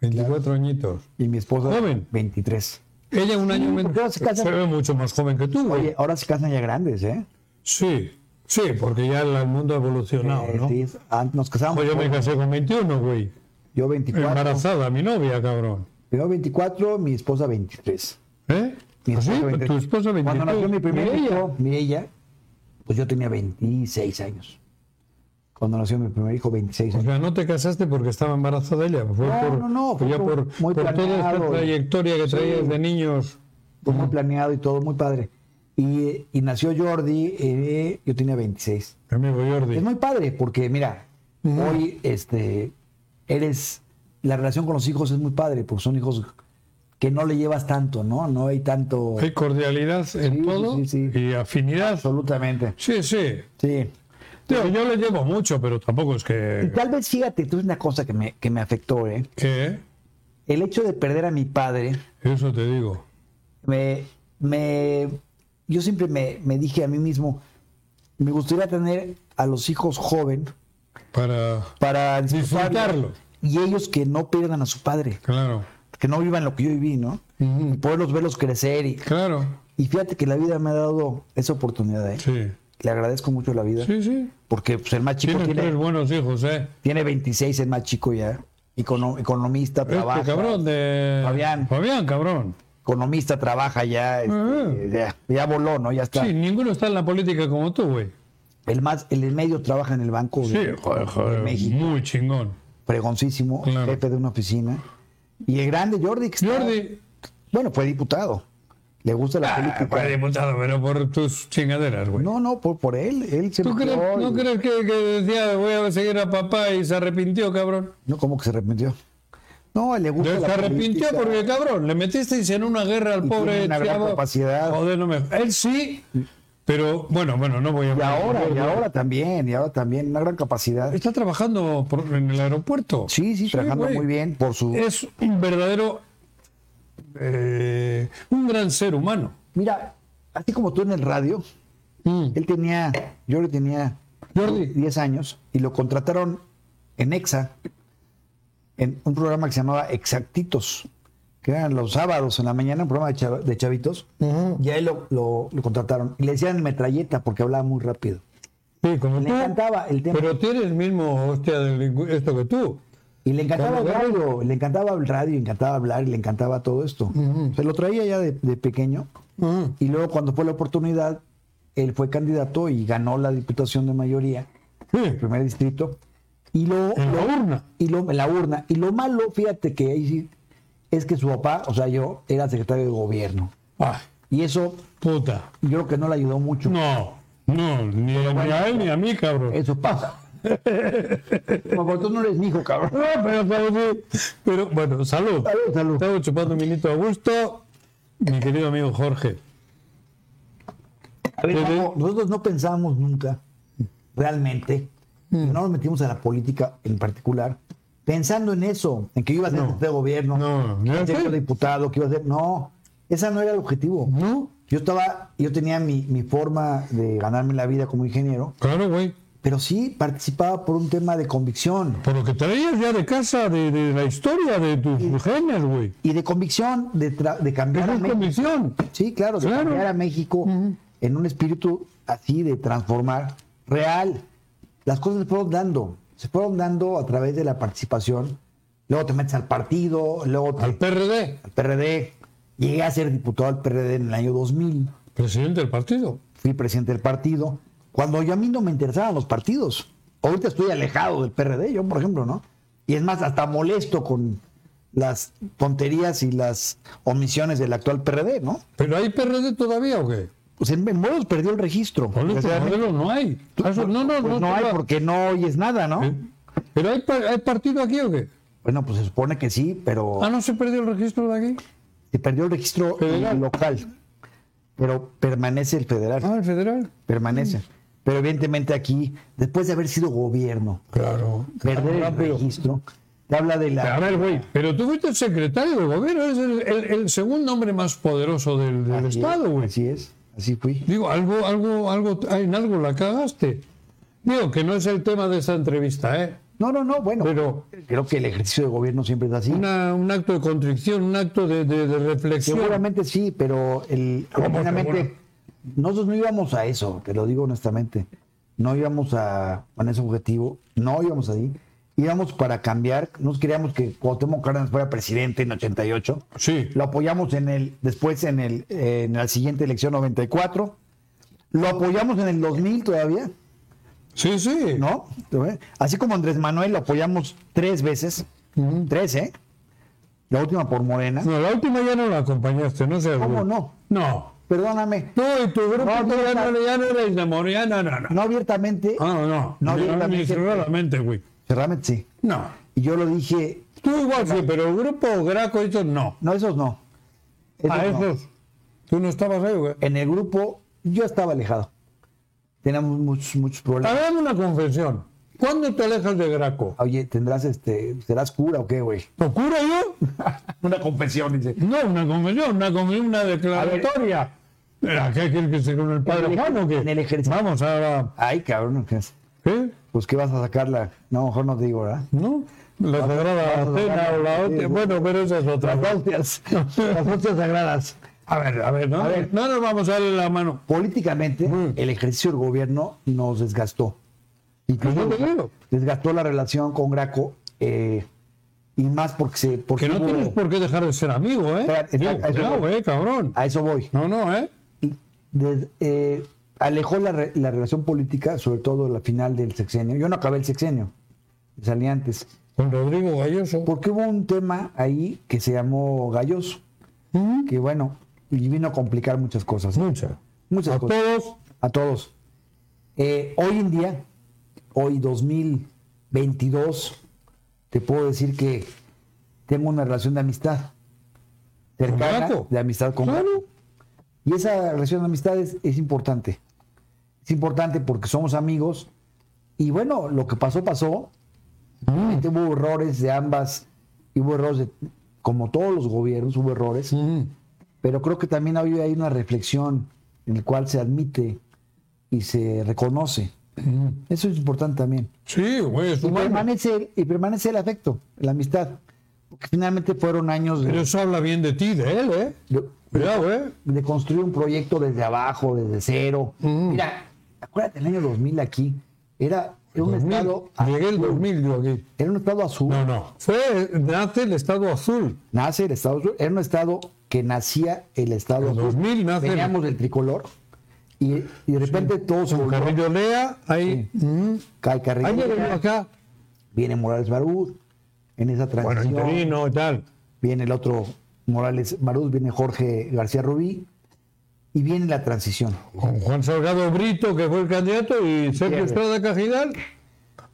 Speaker 1: 24 añitos.
Speaker 2: Y mi esposa,
Speaker 1: Joven.
Speaker 2: 23.
Speaker 1: Ella un año menos.
Speaker 2: ¿por qué no se casan?
Speaker 1: ve mucho más joven que tú, güey.
Speaker 2: Oye, ahora se casan ya grandes, ¿eh?
Speaker 1: Sí, sí, porque ya el mundo ha evolucionado,
Speaker 2: Eh,
Speaker 1: Ah, ¿no?
Speaker 2: sí, antes nos casamos.
Speaker 1: Pues yo me casé con 21, güey.
Speaker 2: Yo 24.
Speaker 1: Embarazada, mi novia, cabrón.
Speaker 2: Yo 24, mi esposa 23.
Speaker 1: ¿eh?
Speaker 2: Mi
Speaker 1: ¿Ah, sí? Tu
Speaker 2: 23.
Speaker 1: esposa 21.
Speaker 2: Cuando nació mi primer
Speaker 1: Mira ella.
Speaker 2: hijo, Mirella, pues yo tenía 26 años. Cuando nació mi primer hijo, 26
Speaker 1: O
Speaker 2: años.
Speaker 1: sea, no te casaste porque estaba embarazada ella. Fue
Speaker 2: No,
Speaker 1: por,
Speaker 2: no, no, fue
Speaker 1: ya
Speaker 2: por-
Speaker 1: por,
Speaker 2: muy
Speaker 1: por toda esta
Speaker 2: planeado.
Speaker 1: trayectoria que
Speaker 2: Sí.
Speaker 1: traías de niños.
Speaker 2: Fue muy planeado y todo, muy padre. Y, y nació Jordi, eh, yo tenía 26.
Speaker 1: Mi Amigo Jordi.
Speaker 2: Es muy padre porque, mira, hoy este, eres. La relación con los hijos es muy padre porque son hijos que no le llevas tanto, ¿no? No hay tanto.
Speaker 1: Hay cordialidad en
Speaker 2: Sí,
Speaker 1: todo
Speaker 2: sí, sí, sí.
Speaker 1: y afinidad.
Speaker 2: Absolutamente.
Speaker 1: Sí, sí.
Speaker 2: Sí.
Speaker 1: Digo, yo le llevo mucho, pero tampoco es
Speaker 2: Y
Speaker 1: que...
Speaker 2: tal vez, fíjate, tú es una cosa que me, que me afectó, ¿eh?
Speaker 1: que
Speaker 2: El hecho de perder a mi padre,
Speaker 1: Eso te digo.
Speaker 2: me, me, yo siempre me, me dije a mí mismo, me gustaría tener a los hijos joven
Speaker 1: Para...
Speaker 2: para
Speaker 1: Disfrutarlo.
Speaker 2: disfrutarlo. Y ellos que no pierdan a su padre,
Speaker 1: Claro.
Speaker 2: que no vivan lo que yo viví, ¿no?
Speaker 1: Ujú.
Speaker 2: Y poderlos verlos crecer. Y,
Speaker 1: Claro.
Speaker 2: y fíjate que la vida me ha dado esa oportunidad, ¿eh?
Speaker 1: Sí.
Speaker 2: Le agradezco mucho la vida.
Speaker 1: Sí, sí.
Speaker 2: Porque pues, el más chico
Speaker 1: Tienes
Speaker 2: tiene,
Speaker 1: tres buenos hijos, ¿eh?
Speaker 2: tiene 26, el más chico ya. Econo- economista, trabaja.
Speaker 1: Este cabrón de...
Speaker 2: Fabián.
Speaker 1: Fabián, cabrón.
Speaker 2: economista trabaja ya, este,
Speaker 1: Ah.
Speaker 2: ya, ya voló, ¿no? Ya está.
Speaker 1: Sí, ninguno está en la política como tú, güey.
Speaker 2: El más, el del medio trabaja en el banco de,
Speaker 1: Sí, joder,
Speaker 2: de
Speaker 1: joder,
Speaker 2: México,
Speaker 1: muy chingón.
Speaker 2: fregoncísimo,
Speaker 1: Claro.
Speaker 2: jefe de una oficina. Y el grande Jordi, que está-
Speaker 1: Jordi,
Speaker 2: bueno, fue diputado. Le gusta
Speaker 1: ah,
Speaker 2: la política.
Speaker 1: fue diputado, pero por tus chingaderas, güey.
Speaker 2: No, no, por, por él, él se
Speaker 1: ¿Tú crees,
Speaker 2: metió
Speaker 1: ¿No
Speaker 2: y-
Speaker 1: crees que, que decía voy a seguir a papá y se arrepintió, cabrón?
Speaker 2: no, como que se arrepintió. No, le gusta
Speaker 1: Se
Speaker 2: la
Speaker 1: arrepintió
Speaker 2: política.
Speaker 1: porque, cabrón, le metisteis en una guerra al
Speaker 2: Y
Speaker 1: pobre
Speaker 2: tiene una gran
Speaker 1: chavo.
Speaker 2: capacidad.
Speaker 1: Joder, no me... Él sí, pero bueno, bueno, no voy a...
Speaker 2: Y ahora, y ahora también, y ahora también, una gran capacidad.
Speaker 1: Está trabajando por- en el aeropuerto.
Speaker 2: Sí, sí, trabajando
Speaker 1: güey.
Speaker 2: muy bien por su...
Speaker 1: Es un verdadero... eh, un gran ser humano.
Speaker 2: Mira, así como tú en el radio, Él tenía, yo le tenía
Speaker 1: Jordi,
Speaker 2: 10 años y lo contrataron en EXA, en un programa que se llamaba Exactitos, que eran los sábados en la mañana, un programa de, chava- de chavitos, y ahí lo, lo- lo contrataron. Y le decían metralleta porque hablaba muy rápido.
Speaker 1: sí, como
Speaker 2: Le
Speaker 1: tú,
Speaker 2: encantaba el tema.
Speaker 1: Pero tiene el mismo hostia del lingu- esto que tú.
Speaker 2: Y le encantaba el
Speaker 1: Cuando agarra-
Speaker 2: radio, le encantaba el radio, le encantaba hablar, y le encantaba todo esto. Se lo traía ya de, de pequeño. Y luego cuando fue la oportunidad, él fue candidato y ganó la diputación de mayoría.
Speaker 1: Sí,
Speaker 2: el primer distrito. Y lo,
Speaker 1: en la
Speaker 2: lo-
Speaker 1: urna.
Speaker 2: y lo, en la urna. Y lo malo, fíjate que ahí sí, es que su papá, o sea, yo, era secretario de gobierno.
Speaker 1: Ay,
Speaker 2: Y eso
Speaker 1: puta.
Speaker 2: yo creo que no le ayudó mucho.
Speaker 1: No, no, ni, ni a él ni a mí, cabrón.
Speaker 2: Eso pasa. Como cuando tú no eres mi hijo, cabrón.
Speaker 1: Ah, pero, pero, pero, bueno, salud.
Speaker 2: Salud, salud.
Speaker 1: Estamos chupando un minuto a gusto. Mi querido amigo Jorge.
Speaker 2: A ver,
Speaker 1: Pues,
Speaker 2: Paco, nosotros no pensamos nunca, realmente, no nos metimos a la política en particular, pensando en eso, en que iba a ser
Speaker 1: No.
Speaker 2: secretario de gobierno,
Speaker 1: No,
Speaker 2: que iba
Speaker 1: ya
Speaker 2: a ser
Speaker 1: sé.
Speaker 2: diputado, que iba a ser. No, esa no era el objetivo.
Speaker 1: ¿No?
Speaker 2: Yo estaba, yo tenía mi, mi forma de ganarme la vida como ingeniero,
Speaker 1: Claro, güey.
Speaker 2: pero sí participaba por un tema de convicción.
Speaker 1: Por lo que traías ya de casa, de, de la historia, de tus genes, güey.
Speaker 2: Y de convicción de, tra- de
Speaker 1: Es
Speaker 2: cambiar a
Speaker 1: una
Speaker 2: México.
Speaker 1: comisión.
Speaker 2: Sí, claro, de
Speaker 1: Claro.
Speaker 2: cambiar a México en un espíritu así de transformar real. Las cosas se fueron dando, se fueron dando a través de la participación. Luego te metes al partido, luego te-
Speaker 1: Al PRD,
Speaker 2: al PRD. Llegué a ser diputado al PRD en el año 2000.
Speaker 1: presidente del partido.
Speaker 2: fui presidente del partido, cuando yo a mí no me interesaban los partidos. Ahorita estoy alejado del PRD, yo por ejemplo, ¿no? Y es más, hasta molesto con las tonterías y las omisiones del actual PRD, ¿no?
Speaker 1: ¿Pero hay PRD todavía o qué?
Speaker 2: pues en, en Morelos perdió el registro.
Speaker 1: Morelos,
Speaker 2: O sea,
Speaker 1: Morelos este no hay. Eso- Ah, no, no,
Speaker 2: pues
Speaker 1: no.
Speaker 2: no
Speaker 1: te
Speaker 2: hay
Speaker 1: va-
Speaker 2: porque no oyes nada, ¿no?
Speaker 1: ¿Eh? ¿Pero hay, pa- hay partido aquí o qué?
Speaker 2: Bueno, pues se supone que sí, pero
Speaker 1: Ah, no se perdió el registro de aquí.
Speaker 2: se perdió el registro
Speaker 1: Federal.
Speaker 2: local. Pero permanece el federal,
Speaker 1: Ah, Mm. el federal.
Speaker 2: permanece. Pero evidentemente aquí, después de haber sido gobierno,
Speaker 1: Claro.
Speaker 2: perder el
Speaker 1: Rápido.
Speaker 2: registro, te habla de la...
Speaker 1: A ver, güey, pero tú fuiste el secretario de gobierno, eres el, el- el segundo hombre más poderoso del, del
Speaker 2: Así
Speaker 1: Estado,
Speaker 2: es,
Speaker 1: güey.
Speaker 2: Así es, así fui.
Speaker 1: Digo, algo, algo, algo, en algo la cagaste. Digo, que no es el tema de esta entrevista, ¿eh?
Speaker 2: No, no, no, bueno,
Speaker 1: Pero
Speaker 2: creo que el ejercicio de gobierno siempre es así.
Speaker 1: una- un acto de contrición, un acto de, de- de reflexión.
Speaker 2: Seguramente sí, pero el
Speaker 1: ¿Cómo que
Speaker 2: obviamente,
Speaker 1: bueno?
Speaker 2: nosotros no íbamos a eso, te lo digo honestamente. No íbamos a con ese objetivo, no íbamos ahí. Íbamos para cambiar, nos queríamos que Cuauhtémoc Cárdenas fuera presidente en 88.
Speaker 1: Sí.
Speaker 2: Lo apoyamos en el después en el en la siguiente elección 94. Lo apoyamos en el 2000 todavía,
Speaker 1: Sí, sí.
Speaker 2: ¿no? Así como Andrés Manuel lo apoyamos tres veces,
Speaker 1: Ujú.
Speaker 2: tres, ¿eh? La última por Morena.
Speaker 1: No, la última ya no la acompañaste, no sé.
Speaker 2: ¿Cómo no?
Speaker 1: No.
Speaker 2: Perdóname,
Speaker 1: Tú y tu grupo
Speaker 2: No, no,
Speaker 1: ya,
Speaker 2: no.
Speaker 1: no, ya no eres de Moriana, no, no.
Speaker 2: no abiertamente,
Speaker 1: Ah, no.
Speaker 2: No,
Speaker 1: No,
Speaker 2: yo
Speaker 1: no,
Speaker 2: también
Speaker 1: ni
Speaker 2: que-
Speaker 1: cerrar la mente, güey.
Speaker 2: Cerramente sí.
Speaker 1: No.
Speaker 2: Y yo lo dije,
Speaker 1: Tú igual sí, pero el grupo Graco, estos no.
Speaker 2: no, esos no. Esos
Speaker 1: A
Speaker 2: no.
Speaker 1: Ah, esos. Tú no estabas ahí, güey.
Speaker 2: En el grupo yo estaba alejado. Teníamos muchos, muchos problemas.
Speaker 1: Hagamos una confesión. ¿Cuándo te alejas de Graco?
Speaker 2: Oye, ¿tendrás este, serás cura o qué, güey?
Speaker 1: ¿Procuro yo?
Speaker 2: Una confesión, dice.
Speaker 1: No, una confesión, una, confesión, una declaratoria. ¿Era qué quieres que se con el padre
Speaker 2: En el
Speaker 1: Juan o qué?
Speaker 2: en el ejercicio.
Speaker 1: Vamos, ahora.
Speaker 2: Ay, cabrón, ¿qué es?
Speaker 1: ¿Qué?
Speaker 2: pues qué vas a sacarla. No, mejor no te digo, ¿verdad?
Speaker 1: ¿No? La sagrada
Speaker 2: vamos a
Speaker 1: cena
Speaker 2: sacar-
Speaker 1: o la otra.
Speaker 2: sí,
Speaker 1: Bueno, pero esa es otra.
Speaker 2: Las hostias, las hostias sagradas.
Speaker 1: A ver, a ver, no,
Speaker 2: A ver.
Speaker 1: no nos vamos a darle la mano.
Speaker 2: Políticamente,
Speaker 1: Mm.
Speaker 2: el ejercicio del gobierno nos desgastó.
Speaker 1: Pues no te digo.
Speaker 2: desgastó la relación con Graco eh, y más porque se. Porque
Speaker 1: Que no
Speaker 2: hubo-
Speaker 1: tienes por qué dejar de ser amigo, ¿eh?
Speaker 2: Espera,
Speaker 1: Digo,
Speaker 2: espera,
Speaker 1: cuidado,
Speaker 2: espera. Ah.
Speaker 1: eh, cabrón.
Speaker 2: A eso voy.
Speaker 1: No, no, ¿eh?
Speaker 2: de- eh, alejó la, re- la relación política, sobre todo la final del sexenio. Yo no acabé el sexenio, salí antes.
Speaker 1: Con Rodrigo Galloso.
Speaker 2: Porque hubo un tema ahí que se llamó Galloso,
Speaker 1: Ujú.
Speaker 2: que bueno, y vino a complicar muchas cosas.
Speaker 1: Mm,
Speaker 2: ¿eh?
Speaker 1: Mucha.
Speaker 2: Muchas
Speaker 1: a
Speaker 2: cosas.
Speaker 1: todos.
Speaker 2: A todos. Eh, hoy en día, hoy 2022, te puedo decir que tengo una relación de amistad. Cercana,
Speaker 1: Graco?
Speaker 2: de amistad con
Speaker 1: Claro.
Speaker 2: Graco. Y esa relación de amistad es, es importante. Es importante porque somos amigos. Y bueno, lo que pasó, pasó. Obviamente Hubo errores de ambas. y Hubo errores de, como todos los gobiernos, hubo errores
Speaker 1: Ujú.
Speaker 2: pero creo que también hay, hay una reflexión en la cual se admite y se reconoce.
Speaker 1: Ujú.
Speaker 2: Eso es importante también.
Speaker 1: mm. Sí, güey, es
Speaker 2: Y
Speaker 1: humano.
Speaker 2: permanece, y permanece el afecto, la amistad. Porque finalmente fueron años
Speaker 1: Pero
Speaker 2: de,
Speaker 1: eso habla bien de ti, de él, ¿eh?
Speaker 2: de-
Speaker 1: Cuidado, ¿eh?
Speaker 2: de construir un proyecto desde abajo, desde cero.
Speaker 1: Mm.
Speaker 2: Mira, acuérdate, el año 2000 aquí era, era un
Speaker 1: 2000.
Speaker 2: estado
Speaker 1: Llegué el
Speaker 2: azul.
Speaker 1: 2000 yo aquí.
Speaker 2: Era un estado azul.
Speaker 1: No, no. Fue, nace el Estado Azul.
Speaker 2: Nace el estado azul. Era un estado que nacía el estado
Speaker 1: En
Speaker 2: azul.
Speaker 1: 2000 nace el-
Speaker 2: Veníamos del tricolor y, y de repente todo se
Speaker 1: Con
Speaker 2: volvió-
Speaker 1: Carrillo Lea, ahí. Ujú.
Speaker 2: cae
Speaker 1: Ahí
Speaker 2: Carrillo,
Speaker 1: llegó acá.
Speaker 2: viene Morales Barud, en esa
Speaker 1: Bueno,
Speaker 2: transición,
Speaker 1: interino y tal.
Speaker 2: viene el otro Morales Barud, viene Jorge García Rubí, y viene la transición.
Speaker 1: Con Juan Salgado Brito, que fue el candidato, y Sergio
Speaker 2: Pierde.
Speaker 1: Estrada Cajidal.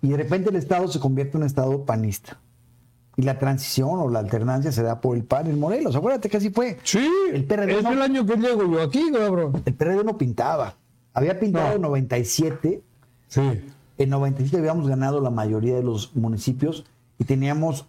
Speaker 2: Y de repente el Estado se convierte en un Estado panista. Y la transición o la alternancia se da por el PAN en Morelos. Acuérdate que así fue.
Speaker 1: Sí,
Speaker 2: El PRD
Speaker 1: es
Speaker 2: no.
Speaker 1: el año que llego yo aquí, cabrón.
Speaker 2: El PRD no pintaba. Había pintado
Speaker 1: No.
Speaker 2: en 97.
Speaker 1: Sí.
Speaker 2: En 97 habíamos ganado la mayoría de los municipios y teníamos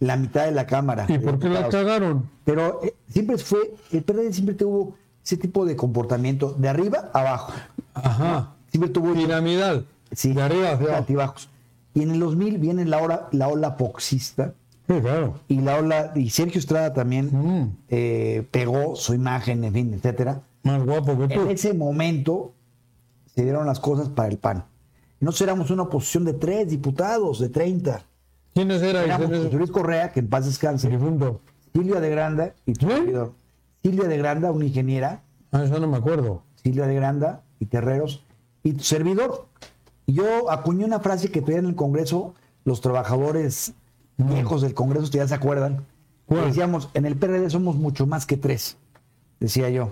Speaker 2: la mitad de la Cámara.
Speaker 1: ¿Y
Speaker 2: de
Speaker 1: por qué la
Speaker 2: Diputados.
Speaker 1: cagaron?
Speaker 2: Pero eh, siempre fue, el PRD siempre tuvo ese tipo de comportamiento, de arriba a abajo.
Speaker 1: Ajá.
Speaker 2: Siempre tuvo
Speaker 1: Piramidal.
Speaker 2: sí,
Speaker 1: De arriba hacia abajo.
Speaker 2: altibajos. Y en el 2000 viene la, hora, la ola poxista
Speaker 1: Sí, claro.
Speaker 2: y la ola, y Sergio Estrada también
Speaker 1: Mm.
Speaker 2: eh, pegó su imagen, en fin, etcétera.
Speaker 1: Más guapo que
Speaker 2: En
Speaker 1: tú.
Speaker 2: ese momento se dieron las cosas para el PAN. Nosotros éramos una oposición de tres diputados, de 30.
Speaker 1: ¿Quiénes eran?
Speaker 2: Éramos José Luis Correa, que en paz descanse,
Speaker 1: Difunto.
Speaker 2: Silvia de Granda y tu
Speaker 1: ¿Sí?
Speaker 2: servidor. Silvia de Granda, una ingeniera,
Speaker 1: Ah, eso no me acuerdo.
Speaker 2: Silvia de Granda y Terreros y tu servidor. Y Yo acuñé una frase que pedían en el Congreso los trabajadores viejos del Congreso, que ya se acuerdan.
Speaker 1: ¿Cuál?
Speaker 2: Decíamos, en el PRD somos mucho más que tres, decía yo.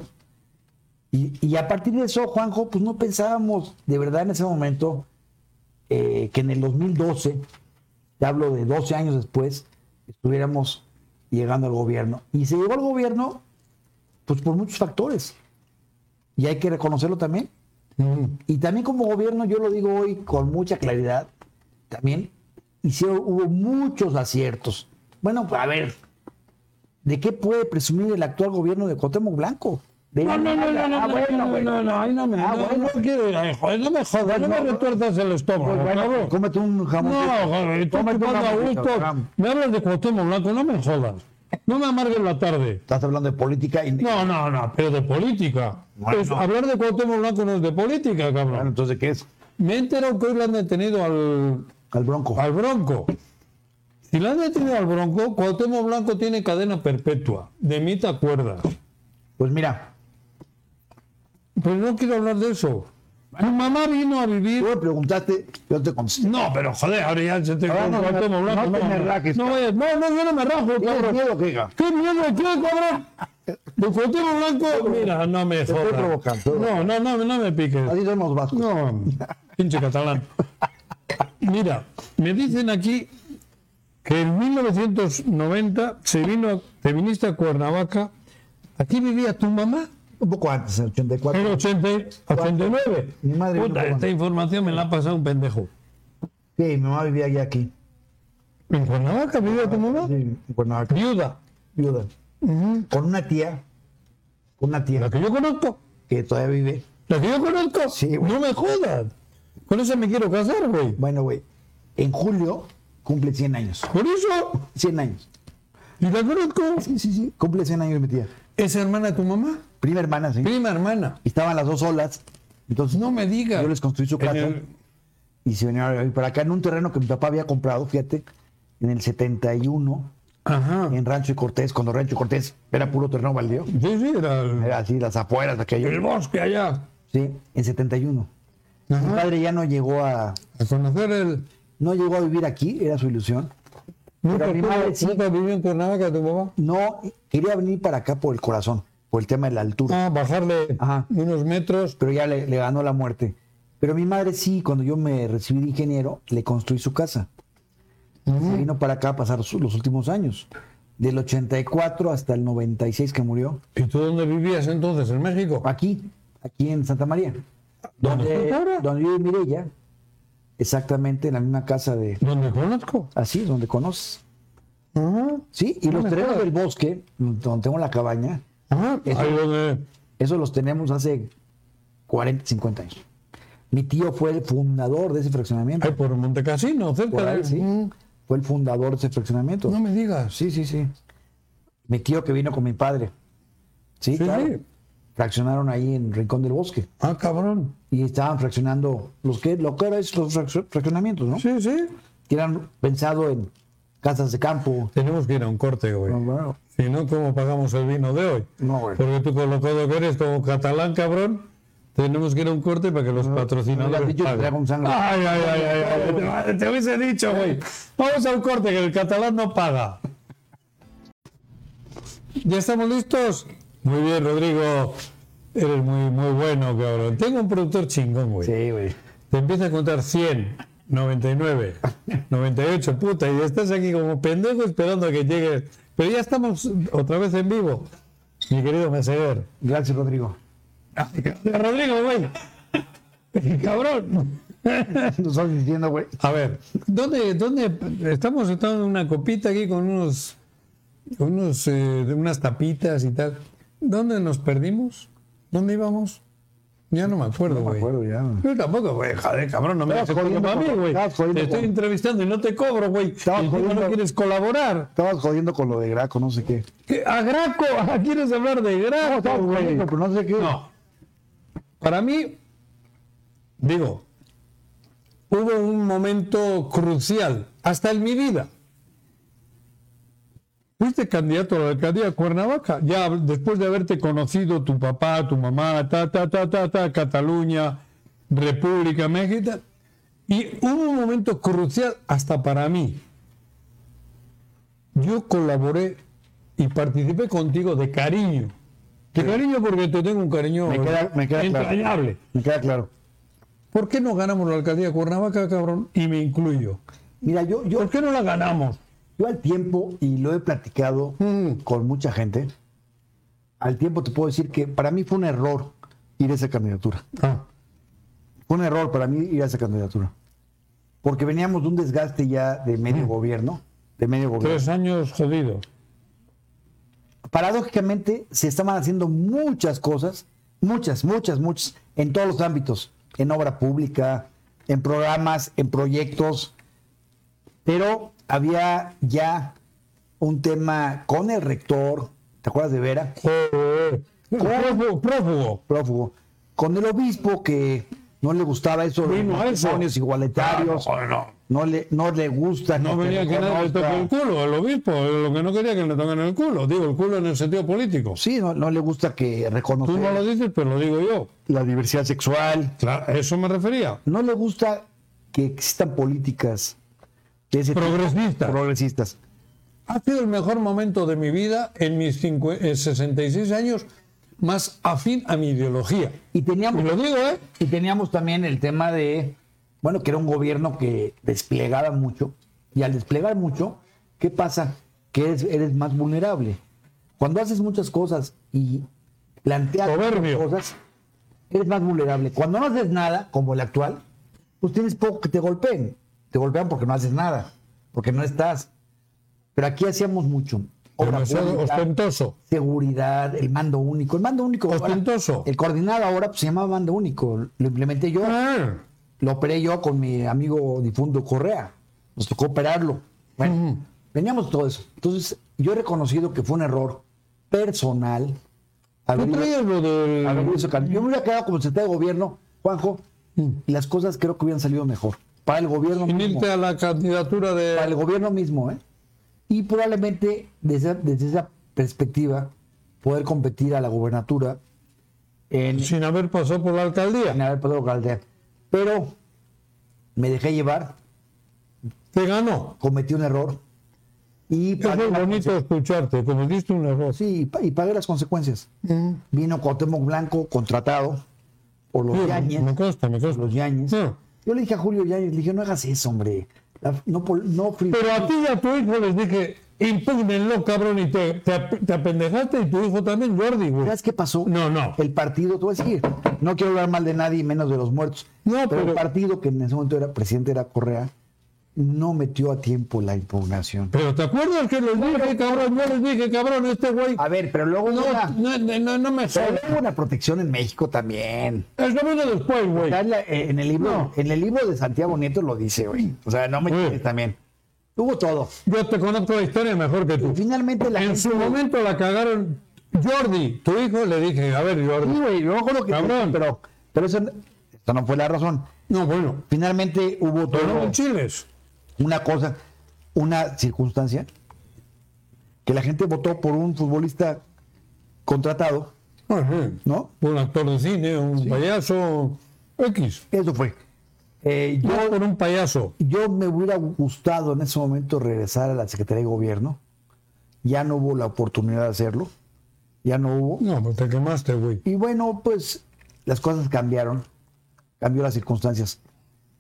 Speaker 2: Y, y a partir de eso, Juanjo, pues no pensábamos de verdad en ese momento eh, que en el 2012, te hablo de 12 años después, estuviéramos llegando al gobierno. Y se llegó al gobierno, pues por muchos factores. Y hay que reconocerlo también.
Speaker 1: Mm.
Speaker 2: Y también como gobierno, yo lo digo hoy con mucha claridad, también hicieron, hubo muchos aciertos. Bueno, a ver, ¿de qué puede presumir el actual gobierno de Cuauhtémoc Blanco? De
Speaker 1: No, no, no, no,
Speaker 2: nada.
Speaker 1: no,
Speaker 2: Ah,
Speaker 1: no,
Speaker 2: bueno,
Speaker 1: no,
Speaker 2: bueno.
Speaker 1: no, no, ahí no me,
Speaker 2: Ah,
Speaker 1: no,
Speaker 2: bueno.
Speaker 1: no quiero ir ahí, joder, no me jodas, no me
Speaker 2: No, no.
Speaker 1: retuertas el estómago,
Speaker 2: Pues bueno,
Speaker 1: cabrón.
Speaker 2: cómete un jamón.
Speaker 1: No, joder, estoy
Speaker 2: Cómete un
Speaker 1: chupando a
Speaker 2: jamoncito,
Speaker 1: gusto.
Speaker 2: Ram.
Speaker 1: Me hablas de Cuauhtémoc Blanco, no me jodas. No me amargues la tarde.
Speaker 2: Estás hablando de política y...
Speaker 1: No, no, no, pero de política.
Speaker 2: Bueno.
Speaker 1: Es- hablar de Cuauhtémoc Blanco no es de política,
Speaker 2: Bueno,
Speaker 1: cabrón.
Speaker 2: entonces, ¿qué es?
Speaker 1: Me he enterado que hoy lo han detenido al,
Speaker 2: Al bronco.
Speaker 1: al Bronco. Si lo han detenido al Bronco, Cuauhtémoc Blanco tiene cadena perpetua. De mí te acuerdas.
Speaker 2: Pues mira,
Speaker 1: Pero Pues no quiero hablar de eso. Mi mamá vino a vivir
Speaker 2: tú me preguntaste, yo te contesté.
Speaker 1: No, pero joder, ahora ya se te
Speaker 2: Ahora no,
Speaker 1: Cuauhtémoc Blanco,
Speaker 2: no te me
Speaker 1: no,
Speaker 2: rajes,
Speaker 1: No,
Speaker 2: cabrón.
Speaker 1: vayas- no, no, yo no me rajo,
Speaker 2: ¿Tienes
Speaker 1: cabrón.
Speaker 2: miedo que diga?
Speaker 1: ¿Qué miedo qué, cabrón? De Cuauhtémoc Blanco, mira, no me
Speaker 2: estoy
Speaker 1: jodas.
Speaker 2: provocando.
Speaker 1: No, no, no, no me piques.
Speaker 2: Así somos los vascos.
Speaker 1: No, pinche catalán. Mira, me dicen aquí que en 1990 se vino, te viniste a Cuernavaca. Aquí vivía tu mamá.
Speaker 2: Un poco antes, en el 84.
Speaker 1: En 80, 89.
Speaker 2: Mi madre vino
Speaker 1: Puta,
Speaker 2: por
Speaker 1: esta
Speaker 2: mí.
Speaker 1: información me la ha pasado un pendejo.
Speaker 2: Sí, mi mamá vivía ya aquí.
Speaker 1: ¿En Cuernavaca vivía tu mamá?
Speaker 2: Sí, en Cuernavaca.
Speaker 1: Viuda.
Speaker 2: Viuda.
Speaker 1: Ujú.
Speaker 2: Con una tía. Con una tía
Speaker 1: La que yo conozco.
Speaker 2: que todavía vive.
Speaker 1: La que yo conozco.
Speaker 2: Sí, güey.
Speaker 1: no me jodas. Con esa me quiero casar, güey.
Speaker 2: Bueno, güey. En julio cumple 100 años.
Speaker 1: Por eso.
Speaker 2: 100 años.
Speaker 1: Y la conozco.
Speaker 2: Sí, sí, sí. Cumple 100 años mi tía.
Speaker 1: Es hermana de tu mamá.
Speaker 2: Prima hermana, sí.
Speaker 1: Prima hermana.
Speaker 2: Y Estaban las dos solas. Entonces,
Speaker 1: No me digas.
Speaker 2: yo les construí su
Speaker 1: En
Speaker 2: casa.
Speaker 1: el-
Speaker 2: Y se vinieron a vivir para acá en un terreno que mi papá había comprado, fíjate, en el 71,
Speaker 1: Ajá.
Speaker 2: en Rancho y Cortés, cuando Rancho y Cortés era puro terreno baldío.
Speaker 1: Sí, sí, era el,
Speaker 2: Era así, las afueras, aquello.
Speaker 1: el bosque allá.
Speaker 2: Sí, en 71. Mi
Speaker 1: Ajá.
Speaker 2: padre ya no llegó a
Speaker 1: A conocer el.
Speaker 2: no llegó a vivir aquí, era su ilusión.
Speaker 1: Nunca,
Speaker 2: mi madre sí.
Speaker 1: tuvo- nunca vivió en Cuernavaca tu mamá.
Speaker 2: No quería venir para acá por el corazón, por el tema de la altura,
Speaker 1: Ah, bajarle
Speaker 2: Ajá.
Speaker 1: unos metros.
Speaker 2: pero ya le, le ganó la muerte. Pero mi madre sí, cuando yo me recibí de ingeniero, le construí su casa. Se vino para acá a pasar su- los últimos años, del 84 hasta el 96 que murió,
Speaker 1: ¿Y tú dónde vivías entonces? ¿En México?
Speaker 2: aquí, aquí en Santa María.
Speaker 1: ¿Dónde
Speaker 2: Donde,
Speaker 1: estás ahora?
Speaker 2: donde vive Mireya, exactamente en la misma casa de...
Speaker 1: ¿Dónde conozco?
Speaker 2: Así es, donde conoces.
Speaker 1: Ajá.
Speaker 2: Sí, y
Speaker 1: No
Speaker 2: los
Speaker 1: me
Speaker 2: terrenos
Speaker 1: jodas.
Speaker 2: del bosque, donde tengo la cabaña,
Speaker 1: Ajá.
Speaker 2: Eso-
Speaker 1: Ahí donde.
Speaker 2: esos los tenemos hace 40, 50 años. Mi tío fue el fundador de ese fraccionamiento.
Speaker 1: Ahí por Montecasino, cerca
Speaker 2: Por ahí,
Speaker 1: de.
Speaker 2: sí.
Speaker 1: Mm.
Speaker 2: Fue el fundador de ese fraccionamiento.
Speaker 1: No me digas.
Speaker 2: Sí, sí, sí. Mi tío que vino con mi padre. Sí,
Speaker 1: Sí,
Speaker 2: claro.
Speaker 1: sí.
Speaker 2: Fraccionaron ahí en Rincón del Bosque.
Speaker 1: Ah, cabrón.
Speaker 2: Y estaban fraccionando los que, lo que eran los fraccio- fraccionamientos, ¿no?
Speaker 1: Sí, sí.
Speaker 2: Que eran pensado en casas de campo.
Speaker 1: Tenemos que ir a un corte, güey.
Speaker 2: No, bueno.
Speaker 1: Si no, ¿cómo pagamos el vino de hoy?
Speaker 2: No, güey.
Speaker 1: Porque tú colocado que eres como catalán, cabrón. Tenemos que ir a un corte para que los patrocinadores.
Speaker 2: me has dicho que
Speaker 1: paguen.
Speaker 2: traigo un sangre.
Speaker 1: Ay, ay, ay, ay, ay, te va- Te hubiese dicho, güey. Vamos a un corte que el catalán no paga. ¿Ya estamos listos? Muy bien, Rodrigo. Eres muy, muy bueno, cabrón. Tengo un productor chingón, güey.
Speaker 2: Sí, güey.
Speaker 1: Te empieza a contar 100, 99, 98, puta, y estás aquí como pendejo esperando a que llegue. Pero ya estamos otra vez en vivo, mi querido Meseguer.
Speaker 2: Gracias, Rodrigo.
Speaker 1: Rodrigo, güey. Cabrón.
Speaker 2: Nos estás diciendo, güey.
Speaker 1: A ver, ¿dónde, dónde estamos tomando una copita aquí con unos, unos eh, unas tapitas y tal? ¿Dónde nos perdimos? ¿Dónde íbamos? Ya no me acuerdo,
Speaker 2: No me
Speaker 1: güey.
Speaker 2: acuerdo ya.
Speaker 1: Yo tampoco, güey, joder, cabrón, no me
Speaker 2: Estabas
Speaker 1: haces culpa
Speaker 2: jodiendo
Speaker 1: a mí,
Speaker 2: con-
Speaker 1: güey.
Speaker 2: estabas jodiendo
Speaker 1: Te estoy
Speaker 2: con-
Speaker 1: entrevistando y no te cobro, güey. Y
Speaker 2: Estabas
Speaker 1: tú no
Speaker 2: jodiendo-
Speaker 1: quieres colaborar.
Speaker 2: Estabas jodiendo con lo de Graco, no sé qué.
Speaker 1: ¿Qué? A Graco, ¿quieres hablar de Graco,
Speaker 2: estabas
Speaker 1: güey?
Speaker 2: jodiendo, pero no sé qué.
Speaker 1: No. Para mí, digo, hubo un momento crucial, hasta en mi vida. Fuiste candidato a la alcaldía de Cuernavaca, ya después de haberte conocido tu papá, tu mamá, ta, ta, ta, ta, ta, Cataluña, República México, y hubo un momento crucial hasta para mí. Yo colaboré y participé contigo de cariño Te cariño porque te tengo un cariño
Speaker 2: Me queda- me queda claro.
Speaker 1: entrañable.
Speaker 2: Me queda claro.
Speaker 1: ¿Por qué no ganamos la alcaldía de Cuernavaca, cabrón? Y me incluyo.
Speaker 2: Mira, yo, yo,
Speaker 1: ¿Por qué no la ganamos?
Speaker 2: yo al tiempo, y lo he platicado
Speaker 1: Mm.
Speaker 2: con mucha gente, al tiempo te puedo decir que para mí fue un error ir a esa candidatura.
Speaker 1: Ah,
Speaker 2: Fue un error para mí ir a esa candidatura. Porque veníamos de un desgaste ya de
Speaker 1: Mm.
Speaker 2: medio gobierno. De medio gobierno.
Speaker 1: tres años jodidos.
Speaker 2: paradójicamente se estaban haciendo muchas cosas, muchas, muchas, muchas, en todos los ámbitos, en obra pública, en programas, en proyectos, pero había ya un tema con el rector, ¿te acuerdas de Vera?
Speaker 1: Joder. Prófugo, prófugo.
Speaker 2: Prófugo, con el obispo que no le gustaba eso de
Speaker 1: Vino
Speaker 2: los
Speaker 1: a eso.
Speaker 2: matrimonios igualitarios,
Speaker 1: Claro, joder, no.
Speaker 2: no le, no le gusta.
Speaker 1: No
Speaker 2: que
Speaker 1: venía
Speaker 2: se
Speaker 1: que nadie le
Speaker 2: reconozca.
Speaker 1: toque el culo, el obispo, lo que no quería que le toquen el culo. Digo, el culo en el sentido político.
Speaker 2: Sí, no, no le gusta que
Speaker 1: Tú no lo
Speaker 2: reconozca
Speaker 1: dices, pero lo digo yo.
Speaker 2: la diversidad sexual,
Speaker 1: Claro, a eso me refería.
Speaker 2: no le gusta que existan políticas de ese tipo,
Speaker 1: Progresistas.
Speaker 2: progresistas.
Speaker 1: Ha sido el mejor momento de mi vida en mis cincu- eh, 66 años, más afín a mi ideología.
Speaker 2: Y
Speaker 1: Y
Speaker 2: teníamos,
Speaker 1: lo digo, ¿eh?
Speaker 2: y teníamos también el tema de, bueno, que era un gobierno que desplegaba mucho, y al desplegar mucho, ¿qué pasa? Que eres, eres más vulnerable. Cuando haces muchas cosas y planteas muchas
Speaker 1: Soberbio.
Speaker 2: cosas, eres más vulnerable. Cuando no haces nada, como el actual, pues tienes poco que te golpeen. Te golpean porque no haces nada, porque no estás. Pero aquí hacíamos mucho. Obra
Speaker 1: Demasiado
Speaker 2: pública,
Speaker 1: ostentoso.
Speaker 2: seguridad, el mando único. El mando único. ahora-
Speaker 1: Ostentoso.
Speaker 2: el coordinado ahora pues, se llamaba mando único. Lo implementé yo,
Speaker 1: Ah,
Speaker 2: lo operé yo con mi amigo difunto Correa. Nos tocó operarlo. Bueno, veníamos todo eso. Entonces, yo he reconocido que fue un error personal.
Speaker 1: Tú
Speaker 2: haber ido-
Speaker 1: traías lo
Speaker 2: haber ido a ese
Speaker 1: del...
Speaker 2: cambio. Yo me hubiera quedado como secretario de gobierno, Juanjo,
Speaker 1: Mm.
Speaker 2: y las cosas creo que hubieran salido mejor. Para el gobierno
Speaker 1: sin
Speaker 2: mismo
Speaker 1: irte a la candidatura
Speaker 2: para el
Speaker 1: de...
Speaker 2: gobierno mismo, ¿eh? Y probablemente desde, desde esa perspectiva poder competir a la gobernatura en,
Speaker 1: Sin haber pasado por la
Speaker 2: en
Speaker 1: alcaldía.
Speaker 2: el Pedro Caldera. Pero me dejé llevar,
Speaker 1: Te ganó.
Speaker 2: cometí un error y
Speaker 1: Es
Speaker 2: pagué,
Speaker 1: muy
Speaker 2: las
Speaker 1: bonito escucharte, como diste un error.
Speaker 2: conse- sí, y pa- y pagué las consecuencias.
Speaker 1: Mm.
Speaker 2: Vino Cuauhtémoc Blanco, contratado por los
Speaker 1: Sí,
Speaker 2: Yañez.
Speaker 1: me consta, me consta. Ah.
Speaker 2: Los Yañez.
Speaker 1: Sí.
Speaker 2: Yo le dije a Julio Yañez, le dije, no hagas eso, hombre. La- no, pol- no fri-
Speaker 1: Pero a ti y a tu hijo les dije, impúgnenlo, cabrón, y te, te, ap- te apendejaste y tu hijo también, Jordi, güey.
Speaker 2: ¿Sabes qué pasó?
Speaker 1: No, no.
Speaker 2: El partido, tú vas a decir, no quiero hablar mal de nadie, y menos de los muertos.
Speaker 1: No,
Speaker 2: pero,
Speaker 1: pero-
Speaker 2: el partido que en ese momento era presidente era Correa, no metió a tiempo la impugnación.
Speaker 1: Pero ¿te acuerdas que les dije, cabrón? Yo les dije, cabrón, este güey.
Speaker 2: A ver, pero luego, hubo
Speaker 1: No,
Speaker 2: una,
Speaker 1: no, no, no, no me
Speaker 2: pero
Speaker 1: jodas.
Speaker 2: luego hubo una protección en México también.
Speaker 1: Eso viene después, güey.
Speaker 2: Ya En, la- eh, en el libro, en el libro de Santiago Nieto lo dice, güey. O sea, no me
Speaker 1: Sí.
Speaker 2: chingues también. Hubo todo.
Speaker 1: Yo te conozco la historia mejor que
Speaker 2: Y
Speaker 1: tú.
Speaker 2: finalmente la
Speaker 1: En
Speaker 2: gente-
Speaker 1: su momento la cagaron. Jordi, tu hijo, le dije, a ver,
Speaker 2: Sí,
Speaker 1: Jordi.
Speaker 2: güey, yo me acuerdo que-
Speaker 1: Cabrón.
Speaker 2: Pero, pero eso, eso no fue la razón.
Speaker 1: No, bueno.
Speaker 2: Finalmente hubo todo.
Speaker 1: Pero no en chiles.
Speaker 2: una cosa, una circunstancia, que la gente votó por un futbolista contratado,
Speaker 1: Ah, sí.
Speaker 2: ¿no?
Speaker 1: Un actor de cine, un payaso X.
Speaker 2: Eso fue. Eh,
Speaker 1: Yo
Speaker 2: yo,
Speaker 1: por un payaso.
Speaker 2: yo me hubiera gustado en ese momento regresar a la Secretaría de Gobierno. Ya no hubo la oportunidad de hacerlo. Ya no hubo.
Speaker 1: No, pues te quemaste, güey.
Speaker 2: Y bueno, pues las cosas cambiaron. Cambió las circunstancias.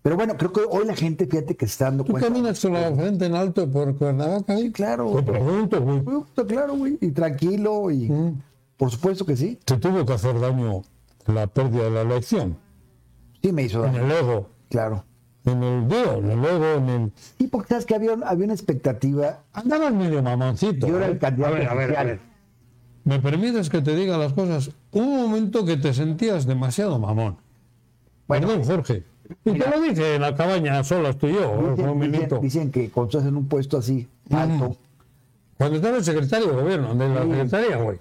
Speaker 2: Pero bueno, creo que hoy la gente, fíjate que se está dando
Speaker 1: ¿Tú
Speaker 2: cuenta.
Speaker 1: caminas con la frente en alto por Cuernavaca? Sí,
Speaker 2: claro.
Speaker 1: Te pregunto, güey.
Speaker 2: Uy, está pues, Claro, güey. Y tranquilo. Y
Speaker 1: Mm.
Speaker 2: por supuesto que sí.
Speaker 1: ¿Te tuvo que hacer daño la pérdida de la elección?
Speaker 2: Sí me hizo
Speaker 1: En
Speaker 2: daño,
Speaker 1: el ego,
Speaker 2: claro.
Speaker 1: en el dedo, en el ego, en el...
Speaker 2: Y porque sabes que había, había una expectativa.
Speaker 1: Andabas medio mamoncito.
Speaker 2: Yo era el
Speaker 1: ¿eh?
Speaker 2: candidato
Speaker 1: A ver, a ver, a
Speaker 2: oficial.
Speaker 1: ver. ¿Me permites que te diga las cosas? Hubo un momento que te sentías demasiado mamón.
Speaker 2: Bueno,
Speaker 1: Perdón, Jorge. Y
Speaker 2: mira.
Speaker 1: te lo dije en la cabaña, solas tú y yo, fue
Speaker 2: Dicen,
Speaker 1: un Mm.
Speaker 2: dicen-
Speaker 1: minuto.
Speaker 2: dicen que cuando estás en un puesto así, alto,
Speaker 1: Cuando estaba el secretario de gobierno, de la
Speaker 2: Sí.
Speaker 1: secretaría, güey.